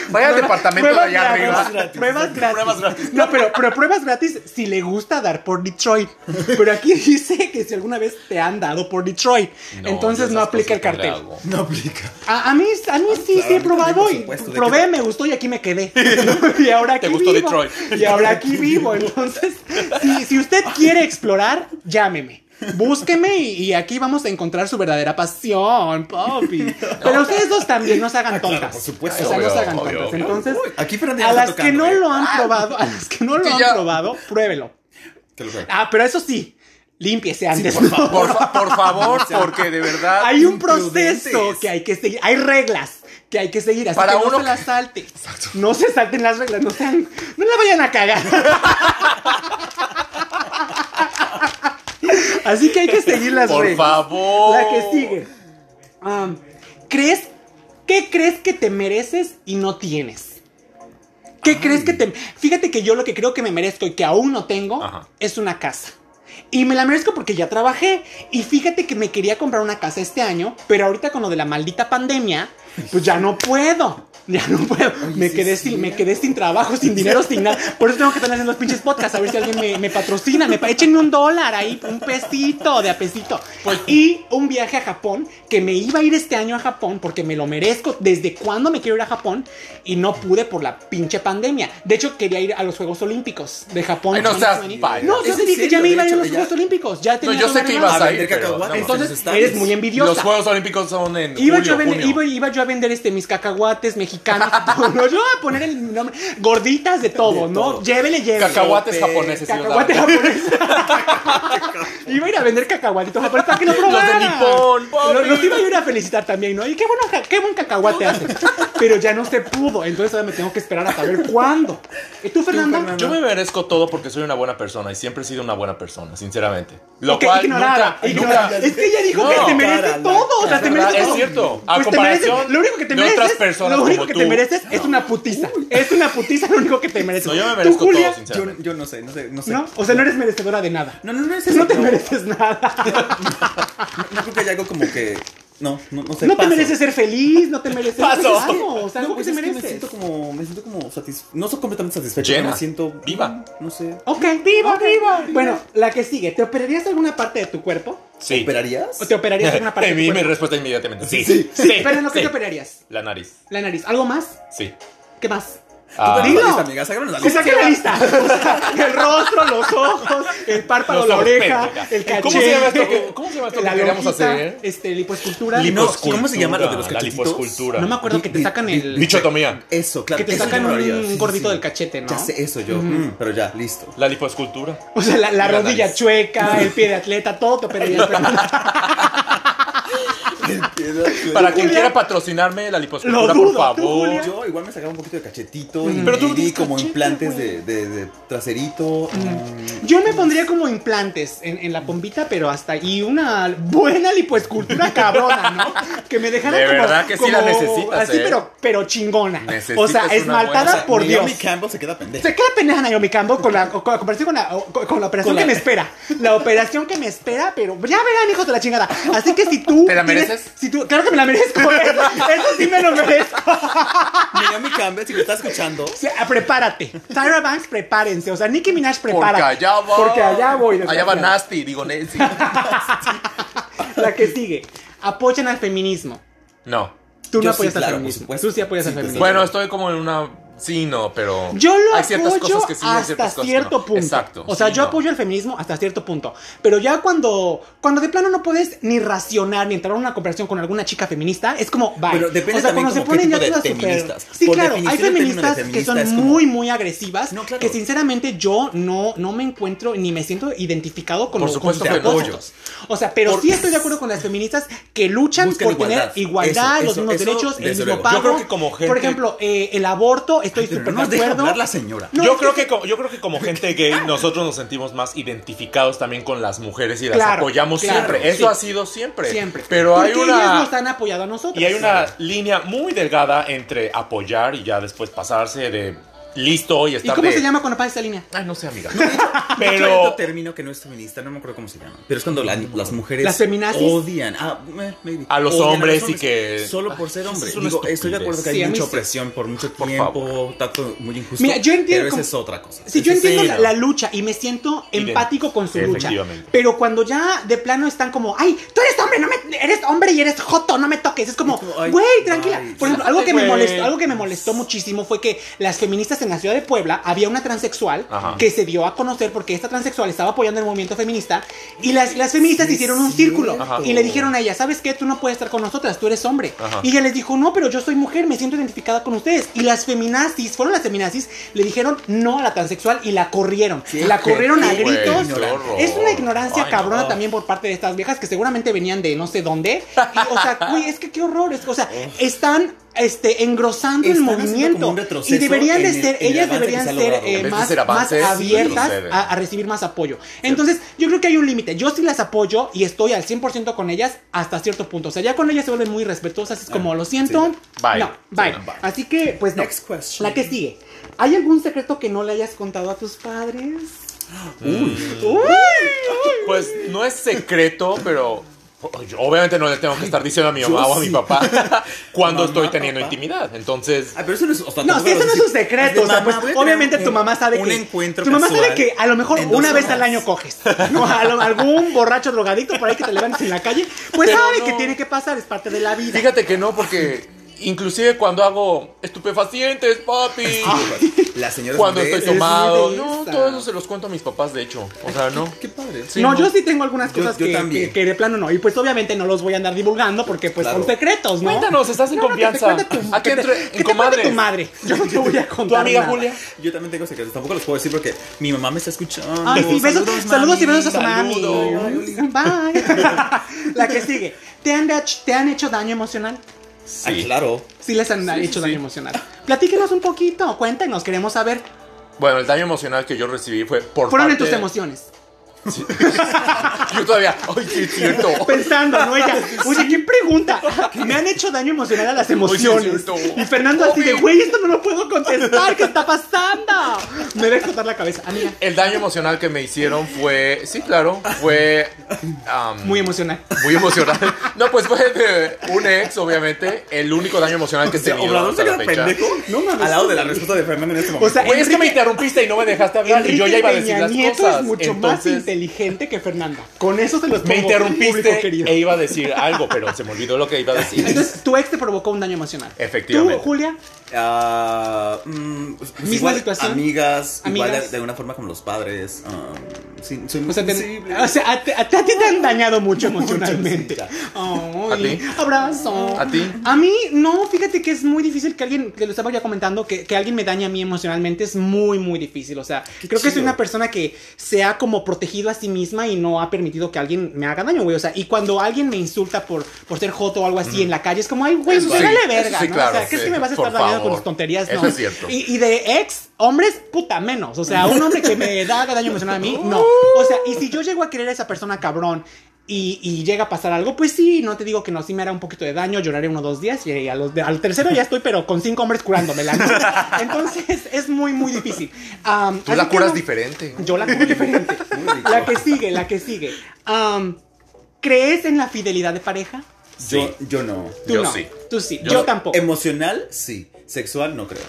Speaker 3: Vaya al departamento de
Speaker 1: Pruebas
Speaker 3: allá
Speaker 1: gratis,
Speaker 3: arriba.
Speaker 1: Pruebas gratis.
Speaker 2: Pruebas gratis.
Speaker 1: No, pero, pero pruebas gratis si le gusta dar por Detroit. Pero aquí dice que si alguna vez te han dado por Detroit,
Speaker 3: No,
Speaker 1: entonces
Speaker 3: yo
Speaker 1: no
Speaker 3: esas
Speaker 1: aplica el
Speaker 3: cosas le
Speaker 1: cartel.
Speaker 3: hago.
Speaker 2: No aplica.
Speaker 1: A, a mí, a mí sí,
Speaker 2: claro,
Speaker 1: sí he
Speaker 2: por
Speaker 1: probado y
Speaker 2: supuesto, ¿de qué
Speaker 1: probé,
Speaker 2: tal?
Speaker 1: me gustó y aquí me quedé. y ahora aquí
Speaker 3: Te gustó
Speaker 1: vivo.
Speaker 3: Detroit.
Speaker 1: Y ahora aquí vivo. Entonces, si, si usted quiere explorar, llámeme. Búsqueme y, y aquí vamos a encontrar su verdadera pasión, Poppy. Pero ustedes dos también no se hagan tontas.
Speaker 2: Ah, por supuesto.
Speaker 1: O sea, no se
Speaker 3: Obvio,
Speaker 1: hagan
Speaker 3: obvio,
Speaker 1: tontas.
Speaker 3: obvio.
Speaker 1: Entonces,
Speaker 2: Uy, aquí Fran ya
Speaker 1: a
Speaker 2: está
Speaker 1: las que
Speaker 2: tocando,
Speaker 1: no
Speaker 2: ¿eh?
Speaker 1: lo han probado, a las que no lo
Speaker 3: que
Speaker 1: han
Speaker 3: ya-
Speaker 1: probado, pruébelo.
Speaker 2: Te lo juro.
Speaker 1: Ah, pero eso sí, límpiese antes.
Speaker 2: por
Speaker 1: ¿no?
Speaker 3: Por, fa- por favor, porque de verdad.
Speaker 1: hay un
Speaker 2: Imprudentes.
Speaker 1: proceso que hay que seguir, hay reglas que hay que seguir, así
Speaker 3: Para
Speaker 1: que no
Speaker 3: uno
Speaker 1: se
Speaker 3: que-
Speaker 1: las salte. No se salten las reglas, no sean, no la vayan a cagar. así que hay que seguir las
Speaker 3: Por
Speaker 1: reglas.
Speaker 3: favor.
Speaker 1: La que sigue. Am, ¿Crees qué crees que te mereces y no tienes? ¿Qué crees que te Fíjate que yo lo que creo que me merezco y que aún no tengo
Speaker 3: Ajá.
Speaker 1: es una casa. Y me la merezco porque ya trabajé. Y fíjate que me quería comprar una casa este año, pero ahorita con lo de la maldita pandemia, pues ya no puedo. Ya no puedo. me,
Speaker 2: sí,
Speaker 1: quedé
Speaker 2: sí,
Speaker 1: sin, me quedé sin trabajo, sin dinero, sin nada. Por eso tengo que estar haciendo los pinches podcasts. A ver si alguien me, me patrocina. Me pa- échenme un dólar ahí, un pesito de a pesito. y un viaje a Japón, que me iba a ir este año a Japón porque me lo merezco. Desde cuándo me quiero ir a Japón y no pude por la pinche pandemia. De hecho, quería ir a los Juegos Olímpicos de Japón.
Speaker 3: Ay, no seas payo.
Speaker 1: No, yo
Speaker 2: ¿Es
Speaker 1: te
Speaker 2: en
Speaker 1: dije, ya
Speaker 2: serio?
Speaker 1: me
Speaker 2: De
Speaker 1: iba a ir a
Speaker 2: hecho,
Speaker 1: los
Speaker 2: ella-
Speaker 1: Juegos Olímpicos. Ya tenía
Speaker 3: yo
Speaker 1: todo
Speaker 3: sé que
Speaker 1: arreglado.
Speaker 3: ibas a
Speaker 2: A
Speaker 3: ir.
Speaker 2: vender
Speaker 3: Pero,
Speaker 2: cacahuates.
Speaker 3: no,
Speaker 2: Entonces,
Speaker 1: Ah, Entonces, eres muy envidiosa.
Speaker 3: los Juegos Olímpicos son en
Speaker 1: Iba
Speaker 3: julio,
Speaker 1: yo, a vender,
Speaker 3: junio.
Speaker 1: iba, iba yo a vender este, mis cacahuates mexicanos. todo, ¿no? yo a poner el nombre. Gorditas de todo,
Speaker 2: De
Speaker 1: ¿no?
Speaker 2: todo.
Speaker 1: Llévele, llévele.
Speaker 3: Cacahuates
Speaker 2: Sope,
Speaker 3: japoneses. ibas a
Speaker 1: Cacahuate
Speaker 3: vender.
Speaker 1: japonés. iba a ir a vender cacahuatitos japoneses para que lo
Speaker 3: Los de
Speaker 1: probaran.
Speaker 3: Nippon, papi.
Speaker 1: Los, los iba yo a ir a felicitar también, ¿no? Y qué, bueno, ca- qué buen cacahuate hace. Pero ya no se pudo. Entonces ahora me tengo que esperar a saber cuándo. ¿Y tú, Fernanda?
Speaker 2: Fernanda.
Speaker 3: Yo me merezco todo porque soy una buena persona y siempre he sido una buena persona, sinceramente. Lo
Speaker 1: Ok,
Speaker 3: cual
Speaker 1: ignorada,
Speaker 3: nunca,
Speaker 1: ignorada.
Speaker 3: nunca-
Speaker 1: Es que ella dijo
Speaker 3: No,
Speaker 1: que te merece
Speaker 2: cara, la
Speaker 1: todo. O sea,
Speaker 2: cara.
Speaker 1: te
Speaker 3: ¿verdad?
Speaker 1: merece
Speaker 3: es
Speaker 1: todo.
Speaker 3: cierto. A
Speaker 1: Pues te
Speaker 3: comparación
Speaker 1: mereces- lo único que te
Speaker 3: de
Speaker 1: mereces,
Speaker 3: otras personas
Speaker 1: lo único
Speaker 3: como
Speaker 1: que
Speaker 3: tú.
Speaker 1: te mereces es una putiza. Es una putiza lo único que te mereces.
Speaker 3: No, yo me
Speaker 1: ¿Tú,
Speaker 3: merezco
Speaker 1: Julia?
Speaker 3: todo,
Speaker 2: Yo,
Speaker 3: sinceramente.
Speaker 2: yo no sé, no sé, no sé.
Speaker 1: em-, No, o sea, no eres merecedora de nada.
Speaker 2: No, no, no es
Speaker 1: Tú
Speaker 2: eso.
Speaker 1: no te
Speaker 2: no.
Speaker 1: mereces nada.
Speaker 2: Yo creo que hay algo como que. No, no, no sé.
Speaker 1: No te
Speaker 2: paso.
Speaker 1: mereces ser feliz, no te mereces
Speaker 3: Paso.
Speaker 1: algo, o sea, algo
Speaker 2: pues
Speaker 1: que te
Speaker 2: es
Speaker 1: mereces.
Speaker 2: Me siento como. Me siento como satis- No soy completamente satisfecho.
Speaker 3: Llena.
Speaker 2: pero Me siento.
Speaker 3: Viva.
Speaker 2: No sé.
Speaker 1: Ok, viva, viva. Bueno, la que sigue, ¿te operarías alguna parte de tu cuerpo?
Speaker 3: Sí.
Speaker 2: ¿Operarías?
Speaker 1: ¿O te operarías alguna parte
Speaker 3: En
Speaker 1: de
Speaker 3: mí
Speaker 1: tu
Speaker 3: mi
Speaker 1: cuerpo?
Speaker 3: respuesta inmediatamente. Sí.
Speaker 1: Sí, pero no, ¿qué
Speaker 3: sí.
Speaker 1: te operarías?
Speaker 3: La nariz.
Speaker 1: La nariz. ¿Algo más?
Speaker 3: Sí.
Speaker 1: ¿Qué más?
Speaker 3: Ah,
Speaker 1: Dilo.
Speaker 2: Lista, amiga, sácanos la
Speaker 1: Que
Speaker 2: lista.
Speaker 1: saque la lista. O sea, el rostro, los ojos, el párpado,
Speaker 3: Los
Speaker 1: la
Speaker 3: ojos,
Speaker 1: oreja,
Speaker 3: pendeja.
Speaker 1: el cachete.
Speaker 3: ¿Cómo se llama esto que- cómo se llama esto
Speaker 1: la
Speaker 3: que queríamos
Speaker 1: lonjita,
Speaker 3: hacer? eh?
Speaker 1: Este, lipoescultura.
Speaker 2: Lipo- No, ¿cómo se llama lo de los
Speaker 3: La
Speaker 2: cachetitos?
Speaker 3: liposcultura.
Speaker 1: No me acuerdo que te
Speaker 2: Di-
Speaker 1: sacan
Speaker 2: di-
Speaker 1: el.
Speaker 3: Lichotomía.
Speaker 2: Eso, claro.
Speaker 1: Que te
Speaker 2: eso
Speaker 1: sacan
Speaker 2: yo lo
Speaker 1: un
Speaker 2: haría, sí,
Speaker 1: gordito
Speaker 2: sí.
Speaker 1: del cachete, ¿no?
Speaker 2: Ya sé eso yo. mm, pero ya, listo.
Speaker 3: La liposcultura.
Speaker 1: O sea, la, la
Speaker 3: La
Speaker 1: rodilla
Speaker 3: nariz.
Speaker 1: chueca, el pie de atleta, todo te operarías.
Speaker 3: Para quien
Speaker 1: Julia.
Speaker 3: quiera patrocinarme la liposcultura,
Speaker 1: Lo dudo,
Speaker 3: por
Speaker 1: tú, Julia.
Speaker 3: favor.
Speaker 2: Yo igual me sacaba un poquito de cachetito y
Speaker 3: Pero tú no
Speaker 2: di
Speaker 3: tienes
Speaker 2: como
Speaker 1: cachete,
Speaker 2: implantes
Speaker 1: güey.
Speaker 2: de, de- de traserito. mm.
Speaker 1: Yo me pondría como implantes en, en la pompita, pero hasta y una buena lipoescultura cabrona, ¿no? Que me dejara
Speaker 3: De
Speaker 1: como,
Speaker 3: verdad que sí la
Speaker 1: como
Speaker 3: necesitas,
Speaker 1: Así,
Speaker 3: ¿eh?
Speaker 1: pero, pero chingona. o
Speaker 3: Necesitas
Speaker 1: sea,
Speaker 3: una
Speaker 1: esmaltada
Speaker 3: buena-
Speaker 1: por Dios.
Speaker 2: Naomi Campbell se queda pendeja.
Speaker 1: Se queda pendeja Naomi Campbell con la, con la comparación con la, con, con la operación
Speaker 2: Con la-
Speaker 1: que me espera. La operación que me espera, pero ya verán, hijos de la chingada. Así que si tú.
Speaker 3: ¿Te la
Speaker 1: tienes-
Speaker 3: mereces?
Speaker 1: Si tú, claro que me la merezco. ¿eh? Eso sí me lo merezco.
Speaker 2: Naomi Campbell, si me está escuchando.
Speaker 1: Sí, ah, prepárate. Tyra Banks, prepárense. O sea, Nicki Minaj, prepárate.
Speaker 3: Porque allá voy.
Speaker 1: Porque allá voy.
Speaker 3: Allá va
Speaker 1: desgraciada.
Speaker 3: Nasty, digo Nancy.
Speaker 1: La que sigue. Apoyan al feminismo.
Speaker 3: No.
Speaker 1: Tú
Speaker 2: Yo
Speaker 1: no apoyas
Speaker 2: sí,
Speaker 1: al
Speaker 2: claro, por
Speaker 1: feminismo.
Speaker 2: supuesto.
Speaker 1: Tú sí apoyas al
Speaker 2: Sí, pues,
Speaker 1: feminismo.
Speaker 3: Bueno, estoy como en una. Sí, no, pero.
Speaker 1: Yo lo
Speaker 3: hay ciertas
Speaker 1: apoyo
Speaker 3: cosas que sí, hay
Speaker 1: hasta
Speaker 3: ciertas cosas que
Speaker 1: cierto
Speaker 3: no.
Speaker 1: punto.
Speaker 3: Exacto.
Speaker 1: O sea,
Speaker 3: sí,
Speaker 1: yo
Speaker 3: no.
Speaker 1: apoyo el feminismo hasta cierto punto. Pero ya cuando, cuando de plano no puedes ni racionar ni entrar en una conversación con alguna chica feminista, es como, bye.
Speaker 2: Pero depende
Speaker 1: o sea,
Speaker 2: también
Speaker 1: cuando se
Speaker 2: como qué
Speaker 1: ponen ya
Speaker 2: tipo
Speaker 1: todas
Speaker 2: de
Speaker 1: super...
Speaker 2: feministas.
Speaker 1: Sí,
Speaker 2: Por
Speaker 1: claro, hay
Speaker 2: definición, el término
Speaker 1: feministas
Speaker 2: de
Speaker 1: que
Speaker 2: feminista
Speaker 1: son
Speaker 2: es como-
Speaker 1: muy, muy agresivas.
Speaker 2: No, claro.
Speaker 1: Que sinceramente yo no, no me encuentro ni me siento identificado con
Speaker 3: Por
Speaker 1: los
Speaker 3: supuesto
Speaker 1: con sus
Speaker 3: que apoyo.
Speaker 1: propósitos. O sea, pero
Speaker 2: Por-
Speaker 1: sí estoy de acuerdo con las feministas que luchan
Speaker 2: Buscan
Speaker 1: por tener
Speaker 2: igualdad.
Speaker 1: igualdad,
Speaker 2: Eso,
Speaker 1: los
Speaker 2: eso,
Speaker 1: mismos
Speaker 2: eso,
Speaker 1: derechos, el mismo
Speaker 2: desde luego.
Speaker 1: pago.
Speaker 3: Yo creo que como
Speaker 1: Por
Speaker 3: gente-
Speaker 1: ejemplo, eh, el aborto, estoy
Speaker 2: Pero
Speaker 1: súper
Speaker 2: no nos
Speaker 1: de
Speaker 2: deja
Speaker 1: acuerdo.
Speaker 2: hablar la señora.
Speaker 1: No,
Speaker 3: yo,
Speaker 1: es
Speaker 3: creo que como, yo creo que como gente gay nosotros nos sentimos más identificados también con las mujeres y las
Speaker 1: Claro,
Speaker 3: apoyamos
Speaker 1: claro,
Speaker 3: siempre.
Speaker 1: sí.
Speaker 3: Eso ha sido siempre.
Speaker 1: Siempre.
Speaker 3: Pero hay
Speaker 1: Porque
Speaker 3: una...
Speaker 1: ellas nos han apoyado a nosotros.
Speaker 3: Y hay una línea muy delgada entre apoyar y ya después pasarse de listo y
Speaker 1: ¿Y
Speaker 3: estar
Speaker 1: cómo
Speaker 3: de-
Speaker 1: se llama cuando pasa esta línea?
Speaker 3: Ay, no sé, amiga.
Speaker 2: Hay otro
Speaker 3: Pero
Speaker 2: término que no es feminista, no me acuerdo cómo se llama. Pero es cuando la- las mujeres
Speaker 1: ¿Las feminazis?
Speaker 2: odian ah, eh, maybe.
Speaker 3: A los
Speaker 2: Odian
Speaker 3: hombres y que-
Speaker 2: Solo por ser hombre.
Speaker 3: es una
Speaker 2: Digo, estoy de
Speaker 3: estupidez.
Speaker 2: acuerdo que hay
Speaker 1: Sí, a mí
Speaker 2: mucha
Speaker 1: sí.
Speaker 2: opresión por mucho
Speaker 3: Por
Speaker 2: tiempo, tanto muy injusto.
Speaker 1: Mira, yo entiendo
Speaker 2: Pero esa
Speaker 1: como-
Speaker 2: es otra cosa.
Speaker 1: Si yo
Speaker 3: Sí,
Speaker 1: entiendo
Speaker 3: sí,
Speaker 1: la,
Speaker 3: no.
Speaker 1: la lucha y me siento
Speaker 3: Ident-
Speaker 1: empático con su lucha,
Speaker 3: Efectivamente.
Speaker 1: pero cuando ya de plano están como, ay, tú eres hombre, no me, eres hombre y eres joto, no me toques, es como,
Speaker 2: Y tú, ay,
Speaker 1: güey, tranquila.
Speaker 2: ay,
Speaker 1: Por ejemplo, algo que me
Speaker 3: güey.
Speaker 1: molestó, algo que me molestó muchísimo fue que las feministas en la ciudad de Puebla había una transexual
Speaker 3: Ajá.
Speaker 1: que se dio a conocer porque esta transexual estaba apoyando el movimiento feminista y las, las feministas
Speaker 2: Sí,
Speaker 1: hicieron un
Speaker 2: cierto.
Speaker 1: círculo
Speaker 2: Ajá.
Speaker 1: y le dijeron a ella, ¿sabes qué? Tú no puedes estar con nosotras, tú eres hombre.
Speaker 3: Ajá.
Speaker 1: Y ella les dijo, no, pero yo soy mujer, me siento identificada con ustedes. Y las feminazis, fueron las feminazis, le dijeron no a la transexual y la corrieron.
Speaker 2: Sí,
Speaker 1: la corrieron a
Speaker 2: qué
Speaker 3: güey,
Speaker 1: gritos.
Speaker 3: qué horror.
Speaker 1: es una ignorancia
Speaker 3: Ay, no.
Speaker 1: cabrona también por parte de estas viejas que seguramente venían de no sé dónde. Y, o sea, güey, es que qué horror. Es, o sea, están este, engrosando el
Speaker 2: Oh. Están haciendo como
Speaker 1: movimiento.
Speaker 2: un retroceso
Speaker 1: Y deberían de
Speaker 2: en el-
Speaker 1: ser,
Speaker 2: en el
Speaker 1: ellas
Speaker 2: avance que
Speaker 1: deberían
Speaker 2: se ha
Speaker 1: ser
Speaker 2: logrado.
Speaker 1: eh,
Speaker 2: En
Speaker 3: vez de
Speaker 1: más,
Speaker 3: ser avances,
Speaker 1: más
Speaker 2: este
Speaker 1: abiertas
Speaker 3: retroceden.
Speaker 1: a, a recibir más apoyo. Entonces, yo creo que hay un límite. Yo sí las apoyo y estoy al 100% con ellas hasta cierto punto. O sea, ya con ellas se vuelven muy respetuosas. Es como,
Speaker 2: Ah,
Speaker 1: lo siento.
Speaker 2: sí.
Speaker 3: Bye.
Speaker 1: No, bye.
Speaker 3: Sí, no, bye.
Speaker 1: Así que, pues no.
Speaker 2: Next question.
Speaker 1: La que sigue. ¿Hay algún secreto que no le hayas contado a tus padres? Uy.
Speaker 3: pues no es secreto, pero yo obviamente no le tengo que estar diciendo a mi
Speaker 2: Yo
Speaker 3: mamá o a mi
Speaker 2: sí.
Speaker 3: papá cuando
Speaker 2: Mamá,
Speaker 3: estoy teniendo
Speaker 2: papá.
Speaker 3: intimidad. Entonces,
Speaker 2: Ah, pero eso no es. o sea,
Speaker 1: No,
Speaker 2: tampoco
Speaker 1: si eso
Speaker 2: vas
Speaker 1: no es
Speaker 2: a
Speaker 1: un
Speaker 2: decir,
Speaker 1: secreto.
Speaker 2: de
Speaker 1: O sea,
Speaker 2: mamá,
Speaker 1: pues,
Speaker 2: voy a tener
Speaker 1: obviamente tu
Speaker 2: un-
Speaker 1: mamá sabe
Speaker 2: un
Speaker 1: que.
Speaker 2: encuentro
Speaker 1: tu mamá
Speaker 2: casual
Speaker 1: sabe que a lo mejor
Speaker 2: en dos
Speaker 1: una vez
Speaker 2: horas.
Speaker 1: al año coges. ¿no? A lo- algún borracho drogadicto por ahí que te levantes en la calle. Pues
Speaker 3: Pero
Speaker 1: sabe
Speaker 3: no.
Speaker 1: que tiene que pasar, es parte de la vida.
Speaker 3: fíjate que no, porque inclusive cuando hago estupefacientes, papi,
Speaker 2: La señora
Speaker 3: cuando estoy
Speaker 1: muy
Speaker 3: tomado,
Speaker 1: de
Speaker 3: no,
Speaker 1: esa.
Speaker 3: todo eso se los cuento a mis papás, de hecho. O sea, no.
Speaker 2: Qué padre.
Speaker 3: Sí,
Speaker 1: no,
Speaker 3: no.
Speaker 1: yo sí tengo algunas
Speaker 2: Yo-
Speaker 1: cosas
Speaker 2: yo
Speaker 1: que-
Speaker 2: también.
Speaker 1: que, que de plano no. Y pues obviamente no los voy a andar divulgando porque pues
Speaker 2: Claro.
Speaker 1: son secretos, ¿no?
Speaker 3: Cuéntanos, estás en
Speaker 1: No, no, que te
Speaker 3: confianza.
Speaker 1: cuente tu-
Speaker 3: Aquí
Speaker 1: que te-
Speaker 3: entre-
Speaker 1: que
Speaker 3: en
Speaker 1: te cuente
Speaker 3: comadres.
Speaker 1: tu madre. Yo no te voy a contar.
Speaker 3: ¿Tu amiga
Speaker 1: nada.
Speaker 3: Julia?
Speaker 2: Yo también tengo secretos. Tampoco los puedo decir porque mi mamá me está escuchando.
Speaker 1: Ay, Ah, sí, besos, saludos, y besos a su mami.
Speaker 2: Saludos.
Speaker 1: Bye. La que sigue. ¿Te han, dach- ¿Te han hecho daño emocional?
Speaker 2: Ay, Ah, claro.
Speaker 1: Sí, les han hecho daño emocional. Platíquenos un poquito, cuéntenos, queremos saber.
Speaker 3: Bueno, el daño emocional que yo recibí fue por
Speaker 1: Fueron
Speaker 3: parte
Speaker 1: en tus
Speaker 3: de-
Speaker 1: emociones.
Speaker 3: Yo todavía, ay, sí, es cierto.
Speaker 1: Pensando, ¿no? Ella, oye, ¿qué pregunta? Me han hecho daño emocional a las emociones.
Speaker 3: Oye, es cierto.
Speaker 1: Y Fernando así de, güey, esto no lo puedo contestar, ¿qué está pasando? Me debe explotar la cabeza. Amiga,
Speaker 3: El daño emocional que me hicieron fue, sí, claro, fue am,
Speaker 1: muy emocional.
Speaker 3: muy emocional. No, pues fue de un ex, obviamente, el único daño emocional que he
Speaker 2: O sea,
Speaker 3: tenido
Speaker 2: Este, Obrador
Speaker 3: hasta
Speaker 2: se
Speaker 3: la
Speaker 2: queda
Speaker 3: fecha.
Speaker 2: pendejo.
Speaker 1: No mames.
Speaker 2: Al lado de la respuesta de Fernando en este momento.
Speaker 1: O sea,
Speaker 3: Güey, es que me
Speaker 1: Enrique-
Speaker 3: interrumpiste y no me dejaste hablar y yo ya iba a decir
Speaker 1: Peña
Speaker 3: las
Speaker 1: Nieto
Speaker 3: cosas.
Speaker 1: es mucho más
Speaker 3: Entonces,
Speaker 1: inteligente que Fernanda. Con eso se los
Speaker 3: me
Speaker 1: pongo, público
Speaker 3: interrumpiste
Speaker 1: querido.
Speaker 3: e iba a decir algo, pero se me olvidó lo que iba a decir.
Speaker 1: Entonces, tu ex te provocó un daño emocional.
Speaker 3: Efectivamente.
Speaker 1: Tú, Julia,
Speaker 2: Ah, mm, pues
Speaker 1: Misma
Speaker 2: igual,
Speaker 1: situación.
Speaker 2: Amigas, igual
Speaker 1: Amigas.
Speaker 2: de, de alguna forma como los padres. ah, sí, soy muy
Speaker 1: o sea, te, ah,
Speaker 2: sensible.
Speaker 1: o sea, a, ti- a ti- a ti te han dañado mucho emocionalmente. Ay,
Speaker 2: Mucho,
Speaker 3: ¿A ti?
Speaker 1: Abrazo.
Speaker 3: ¿A ti?
Speaker 1: A mí, no, fíjate que es muy difícil que alguien, que lo estaba ya comentando, que, que alguien me dañe a mí emocionalmente es muy, muy difícil. O sea, creo que soy
Speaker 2: chido.
Speaker 1: una persona que se ha como protegido a sí misma y no ha permitido que alguien me haga daño, güey. O sea, y cuando alguien me insulta por, por ser joto o algo así en la calle, es como, ay, güey,
Speaker 3: Eso
Speaker 1: pues
Speaker 3: sí,
Speaker 1: dale
Speaker 3: eso
Speaker 1: verga,
Speaker 3: sí,
Speaker 1: ¿no?
Speaker 3: claro,
Speaker 1: o sea, ¿crees
Speaker 3: sí,
Speaker 1: que me vas a
Speaker 3: por
Speaker 1: estar dañando con
Speaker 3: favor.
Speaker 1: tus tonterías?
Speaker 3: Eso
Speaker 1: no.
Speaker 3: es cierto.
Speaker 1: Y, y de ex, hombres, puta, menos. O sea, un hombre que me da daño emocional a mí, no. O sea, y si yo llego a querer a esa persona cabrón y, y llega a pasar algo, pues sí, no te digo que no, sí me hará un poquito de daño, lloraré uno o dos días y a los de- al tercero ya estoy, pero con cinco hombres curándomela. ¿no? Entonces, es muy, muy difícil. Am,
Speaker 3: Tú
Speaker 1: así
Speaker 3: la
Speaker 1: que
Speaker 3: curas
Speaker 1: no-
Speaker 3: diferente.
Speaker 1: Yo la curo diferente.
Speaker 2: Muy rico.
Speaker 1: La que sigue, la que sigue. Am, ¿Crees en la fidelidad de pareja?
Speaker 2: yo, yo no.
Speaker 1: Tú
Speaker 3: Yo
Speaker 1: no.
Speaker 3: sí.
Speaker 1: Tú sí. Yo,
Speaker 3: Yo no.
Speaker 1: tampoco.
Speaker 2: Emocional, sí. Sexual, no creo.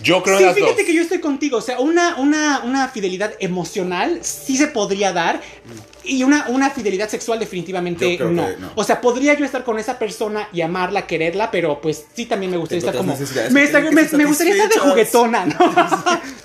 Speaker 3: Yo creo
Speaker 1: Sí,
Speaker 3: en las
Speaker 1: fíjate
Speaker 3: dos.
Speaker 1: que yo estoy contigo. O sea, una, una, una fidelidad emocional sí se podría dar. Y una, una fidelidad sexual definitivamente
Speaker 2: Yo creo
Speaker 1: no.
Speaker 2: que no.
Speaker 1: O sea, podría yo estar con esa persona y amarla, quererla, pero pues sí también me gustaría
Speaker 2: Tengo
Speaker 1: estar como...
Speaker 2: otras necesidades
Speaker 1: Me,
Speaker 2: que
Speaker 1: esta-
Speaker 2: tienen que
Speaker 1: me-
Speaker 2: ser
Speaker 1: me gustaría estar de
Speaker 2: satisfechas.
Speaker 1: juguetona,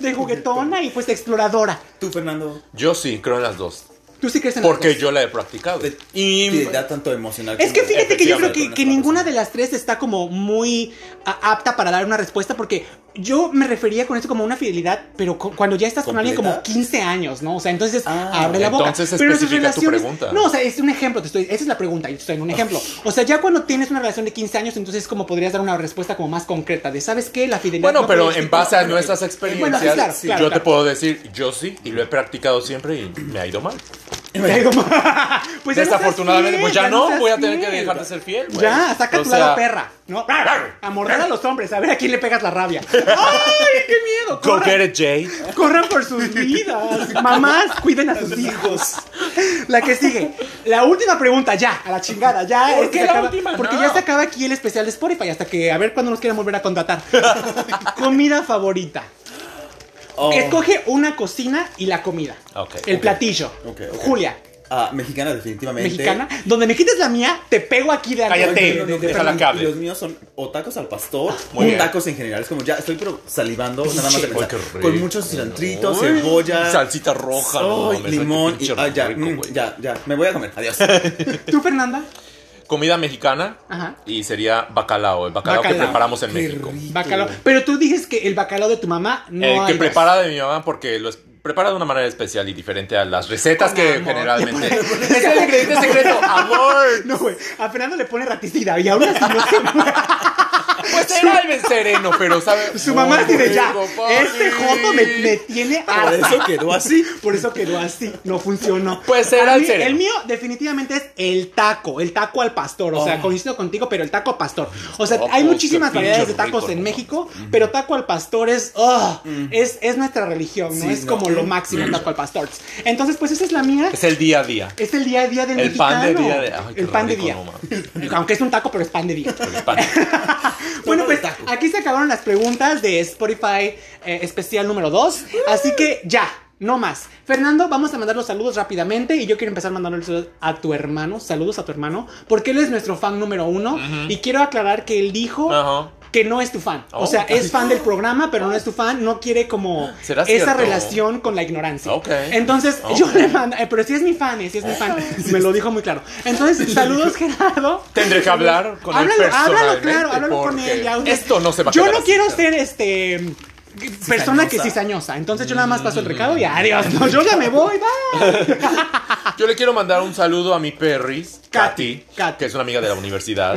Speaker 1: ¿no? de juguetona y pues exploradora.
Speaker 2: Tú, Fernando,
Speaker 3: Yo sí, creo en las dos.
Speaker 1: ¿Tú sí crees en las
Speaker 3: Porque
Speaker 1: dos?
Speaker 3: yo la he practicado.
Speaker 2: te,
Speaker 3: Y
Speaker 2: te da tanto emocional.
Speaker 1: Es que
Speaker 2: como-
Speaker 1: fíjate que yo creo que,
Speaker 2: Efectivamente,
Speaker 1: que
Speaker 2: con
Speaker 1: ninguna
Speaker 2: esta
Speaker 1: de las tres está como muy a- apta para dar una respuesta porque yo me refería con esto como una fidelidad, pero cu- cuando ya estás
Speaker 2: ¿Completa?
Speaker 1: con alguien como 15 años, ¿no? O sea, entonces
Speaker 2: Ah,
Speaker 1: abre la boca.
Speaker 3: entonces
Speaker 1: pero nuestras
Speaker 3: especifica tu
Speaker 1: relaciones-
Speaker 3: pregunta.
Speaker 1: No, o sea, es un ejemplo, te estoy, esa es la pregunta, yo te estoy en un ejemplo. O sea, ya cuando tienes una relación de 15 años, entonces como podrías dar una respuesta como más concreta de, ¿sabes qué? La fidelidad...
Speaker 3: Bueno,
Speaker 1: no
Speaker 3: pero
Speaker 1: puede
Speaker 3: en
Speaker 1: existir.
Speaker 3: base a nuestras
Speaker 1: Bueno, sí,
Speaker 3: experiencias,
Speaker 1: claro, claro,
Speaker 3: yo
Speaker 1: claro.
Speaker 3: te puedo decir, yo sí, y lo he practicado siempre y me ha ido mal.
Speaker 1: Ya digo, pues ya no seas
Speaker 3: Desafortunadamente,
Speaker 1: fiel,
Speaker 3: pues ya no,
Speaker 1: seas
Speaker 3: voy a tener que
Speaker 1: fiel.
Speaker 3: dejar de ser fiel. güey.
Speaker 1: Ya, saca
Speaker 3: O
Speaker 1: tu lado
Speaker 3: sea,
Speaker 1: perra, ¿no? A morder a los hombres, a ver a quién le pegas la rabia. ¡Ay, qué miedo!
Speaker 3: Go
Speaker 1: Corran,
Speaker 3: get it, Jay.
Speaker 1: corran por sus vidas. Mamás, cuiden a sus hijos. La que sigue. La última pregunta, ya, a la chingada, ya.
Speaker 3: ¿Por
Speaker 1: este
Speaker 3: qué
Speaker 1: se
Speaker 3: la
Speaker 1: acaba-
Speaker 3: última?
Speaker 1: Porque
Speaker 3: No.
Speaker 1: ya se acaba aquí el especial de Spotify, hasta que a ver cuándo nos quieren volver a contratar. Comida favorita.
Speaker 2: Oh.
Speaker 1: Escoge una cocina y la comida.
Speaker 3: Ok,
Speaker 1: el
Speaker 3: ok.
Speaker 1: platillo.
Speaker 2: Ok, ok.
Speaker 1: Julia,
Speaker 2: Ah, mexicana, definitivamente.
Speaker 1: mexicana. Donde me quites la mía, te pego aquí de
Speaker 3: Cállate,
Speaker 1: de- de- de- de-
Speaker 3: déjala
Speaker 2: y-
Speaker 3: que hable.
Speaker 2: y Los míos son o tacos al pastor
Speaker 3: Muy bien.
Speaker 2: o tacos en general. Es como ya estoy pero salivando nada más de
Speaker 3: Ay,
Speaker 2: pensar.
Speaker 3: qué rico.
Speaker 2: Con muchos cilantritos,
Speaker 3: Ay,
Speaker 2: cebolla,
Speaker 3: Salsita roja, no
Speaker 2: ay,
Speaker 3: mames, ay,
Speaker 2: limón
Speaker 3: qué
Speaker 2: y
Speaker 3: pinche
Speaker 2: ah, ya,
Speaker 3: rico,
Speaker 2: mm,
Speaker 3: güey.
Speaker 2: ya, ya, me voy a comer. Adiós.
Speaker 1: ¿Tú, Fernanda?
Speaker 3: Comida mexicana
Speaker 1: Ajá.
Speaker 3: y sería bacalao, el bacalao, que
Speaker 1: Bacalao.
Speaker 3: preparamos en
Speaker 2: Qué
Speaker 3: México.
Speaker 2: rico.
Speaker 1: Bacalao. Pero tú dices que el bacalao de tu mamá no
Speaker 3: el que
Speaker 1: hay.
Speaker 3: prepara de mi mamá porque lo es- prepara de una manera especial y diferente a las recetas
Speaker 1: Con
Speaker 3: que
Speaker 1: amor.
Speaker 3: generalmente es el ingrediente secreto, amor.
Speaker 1: No, güey. A Fernanda le pone raticida y aún así no se
Speaker 3: Pues era el sereno, pero sabe
Speaker 1: Su mamá así de ya.
Speaker 3: Rico, papi.
Speaker 1: Este joto me, me tiene
Speaker 2: Por
Speaker 1: harta.
Speaker 2: eso quedó así.
Speaker 1: Por eso quedó así, no funcionó.
Speaker 3: Pues era
Speaker 1: A
Speaker 3: el
Speaker 1: mí-
Speaker 3: cerebro.
Speaker 1: mío definitivamente es el taco, el taco al pastor. O sea,
Speaker 2: Oh.
Speaker 1: coincido contigo, pero el taco al pastor. O sea,
Speaker 3: Tacos,
Speaker 1: hay muchísimas
Speaker 3: Oh, qué
Speaker 1: variedades de
Speaker 3: pinche
Speaker 1: tacos
Speaker 3: rico,
Speaker 1: en
Speaker 3: ¿no? Mm.
Speaker 1: México, pero taco al pastor es, ugh, es, es nuestra religión, ¿no?
Speaker 2: Sí,
Speaker 1: es
Speaker 2: no.
Speaker 1: como lo máximo el taco al pastor. Entonces, pues esa es la mía.
Speaker 3: Mm. Es el día a día.
Speaker 1: Es el día a día del
Speaker 3: El
Speaker 1: mexicano.
Speaker 3: pan de día de- ay, qué
Speaker 1: el pan de
Speaker 3: rico,
Speaker 1: día.
Speaker 3: no mames.
Speaker 1: Aunque es un taco, pero es pan de día.
Speaker 3: El pan.
Speaker 1: Bueno, pues
Speaker 2: de taco.
Speaker 1: aquí se acabaron las preguntas de Spotify eh, especial número 2. Así que ya, no más. Fernando, vamos a mandar los saludos rápidamente. Y yo quiero empezar mandándoles a tu hermano. Saludos a tu hermano. Porque él es nuestro fan número uno. Y quiero aclarar que él dijo.
Speaker 3: Ajá.
Speaker 1: Que no es tu fan. o
Speaker 3: Oh.
Speaker 1: sea, es fan del programa, pero no es tu fan. No quiere como
Speaker 3: ¿Será
Speaker 1: esa
Speaker 3: cierto?
Speaker 1: relación con la ignorancia.
Speaker 3: Ok.
Speaker 1: Entonces,
Speaker 3: Ok.
Speaker 1: yo le mando. eh, pero si es mi fan, eh, si es mi fan. Me lo dijo muy claro. Entonces, saludos, Gerardo.
Speaker 3: Tendré que hablar con él
Speaker 1: Háblalo, háblalo,
Speaker 3: personalmente,
Speaker 1: claro, háblalo con
Speaker 3: porque
Speaker 1: él. ya, o sea,
Speaker 3: Esto no se va a
Speaker 1: Yo
Speaker 3: quedar
Speaker 1: no
Speaker 3: así,
Speaker 1: quiero
Speaker 3: claro.
Speaker 1: ser este. Persona que cizañosa. Entonces yo nada más paso el recado
Speaker 3: Mm.
Speaker 1: y adiós. No, yo ya me voy, bye.
Speaker 3: Yo le quiero mandar un saludo a mi perris,
Speaker 1: Katy,
Speaker 3: Katy,
Speaker 1: Katy.
Speaker 3: que es una amiga de la universidad,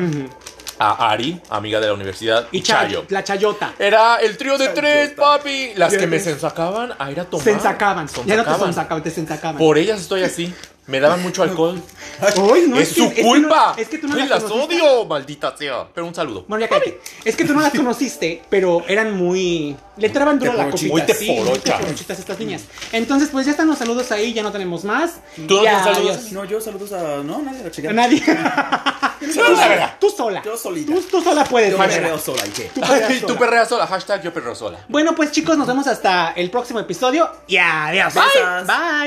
Speaker 3: a Ari, amiga de la universidad, y Chayo.
Speaker 1: La chayota.
Speaker 3: Era el trío de tres, papi. Las
Speaker 1: Ya
Speaker 3: que me
Speaker 1: ves.
Speaker 3: sensacaban a ir a tomar.
Speaker 1: Se ensacaban. Ya no te
Speaker 3: Sonsacaban.
Speaker 1: sonsacaban, te sensacaban.
Speaker 3: Por ellas estoy así. Me daban mucho alcohol.
Speaker 1: Ay, no,
Speaker 3: es,
Speaker 1: que-
Speaker 3: su
Speaker 1: que no-
Speaker 3: culpa.
Speaker 1: es que tú no
Speaker 3: Ay,
Speaker 1: las
Speaker 3: las
Speaker 1: conociste.
Speaker 3: odio, maldita sea. Pero un saludo.
Speaker 1: Bueno, ya cállate. Es que tú no las conociste, pero eran muy. Le traban duro a la copita.
Speaker 2: Teporochitas.
Speaker 3: Muy
Speaker 1: sí,
Speaker 3: teporochas.
Speaker 1: teporochitas estas niñas. Entonces, pues ya están los saludos ahí, ya no tenemos más.
Speaker 3: ¿Tú no
Speaker 1: Ya,
Speaker 3: tienes saludos?
Speaker 1: adiós.
Speaker 2: No, yo saludos a. No, nadie la chica.
Speaker 1: A nadie.
Speaker 3: Saludos, la verdad.
Speaker 1: Tú sola.
Speaker 2: Yo solita.
Speaker 1: Tú, tú sola puedes,
Speaker 2: Yo me
Speaker 1: Bárbara.
Speaker 2: veo sola y qué.
Speaker 1: Tú puedes
Speaker 3: Ay,
Speaker 1: sola.
Speaker 3: tú perreas sola. Hashtag yo perreo sola.
Speaker 1: Bueno, pues chicos, nos vemos hasta el próximo episodio y adiós.
Speaker 2: Besos.
Speaker 1: Bye.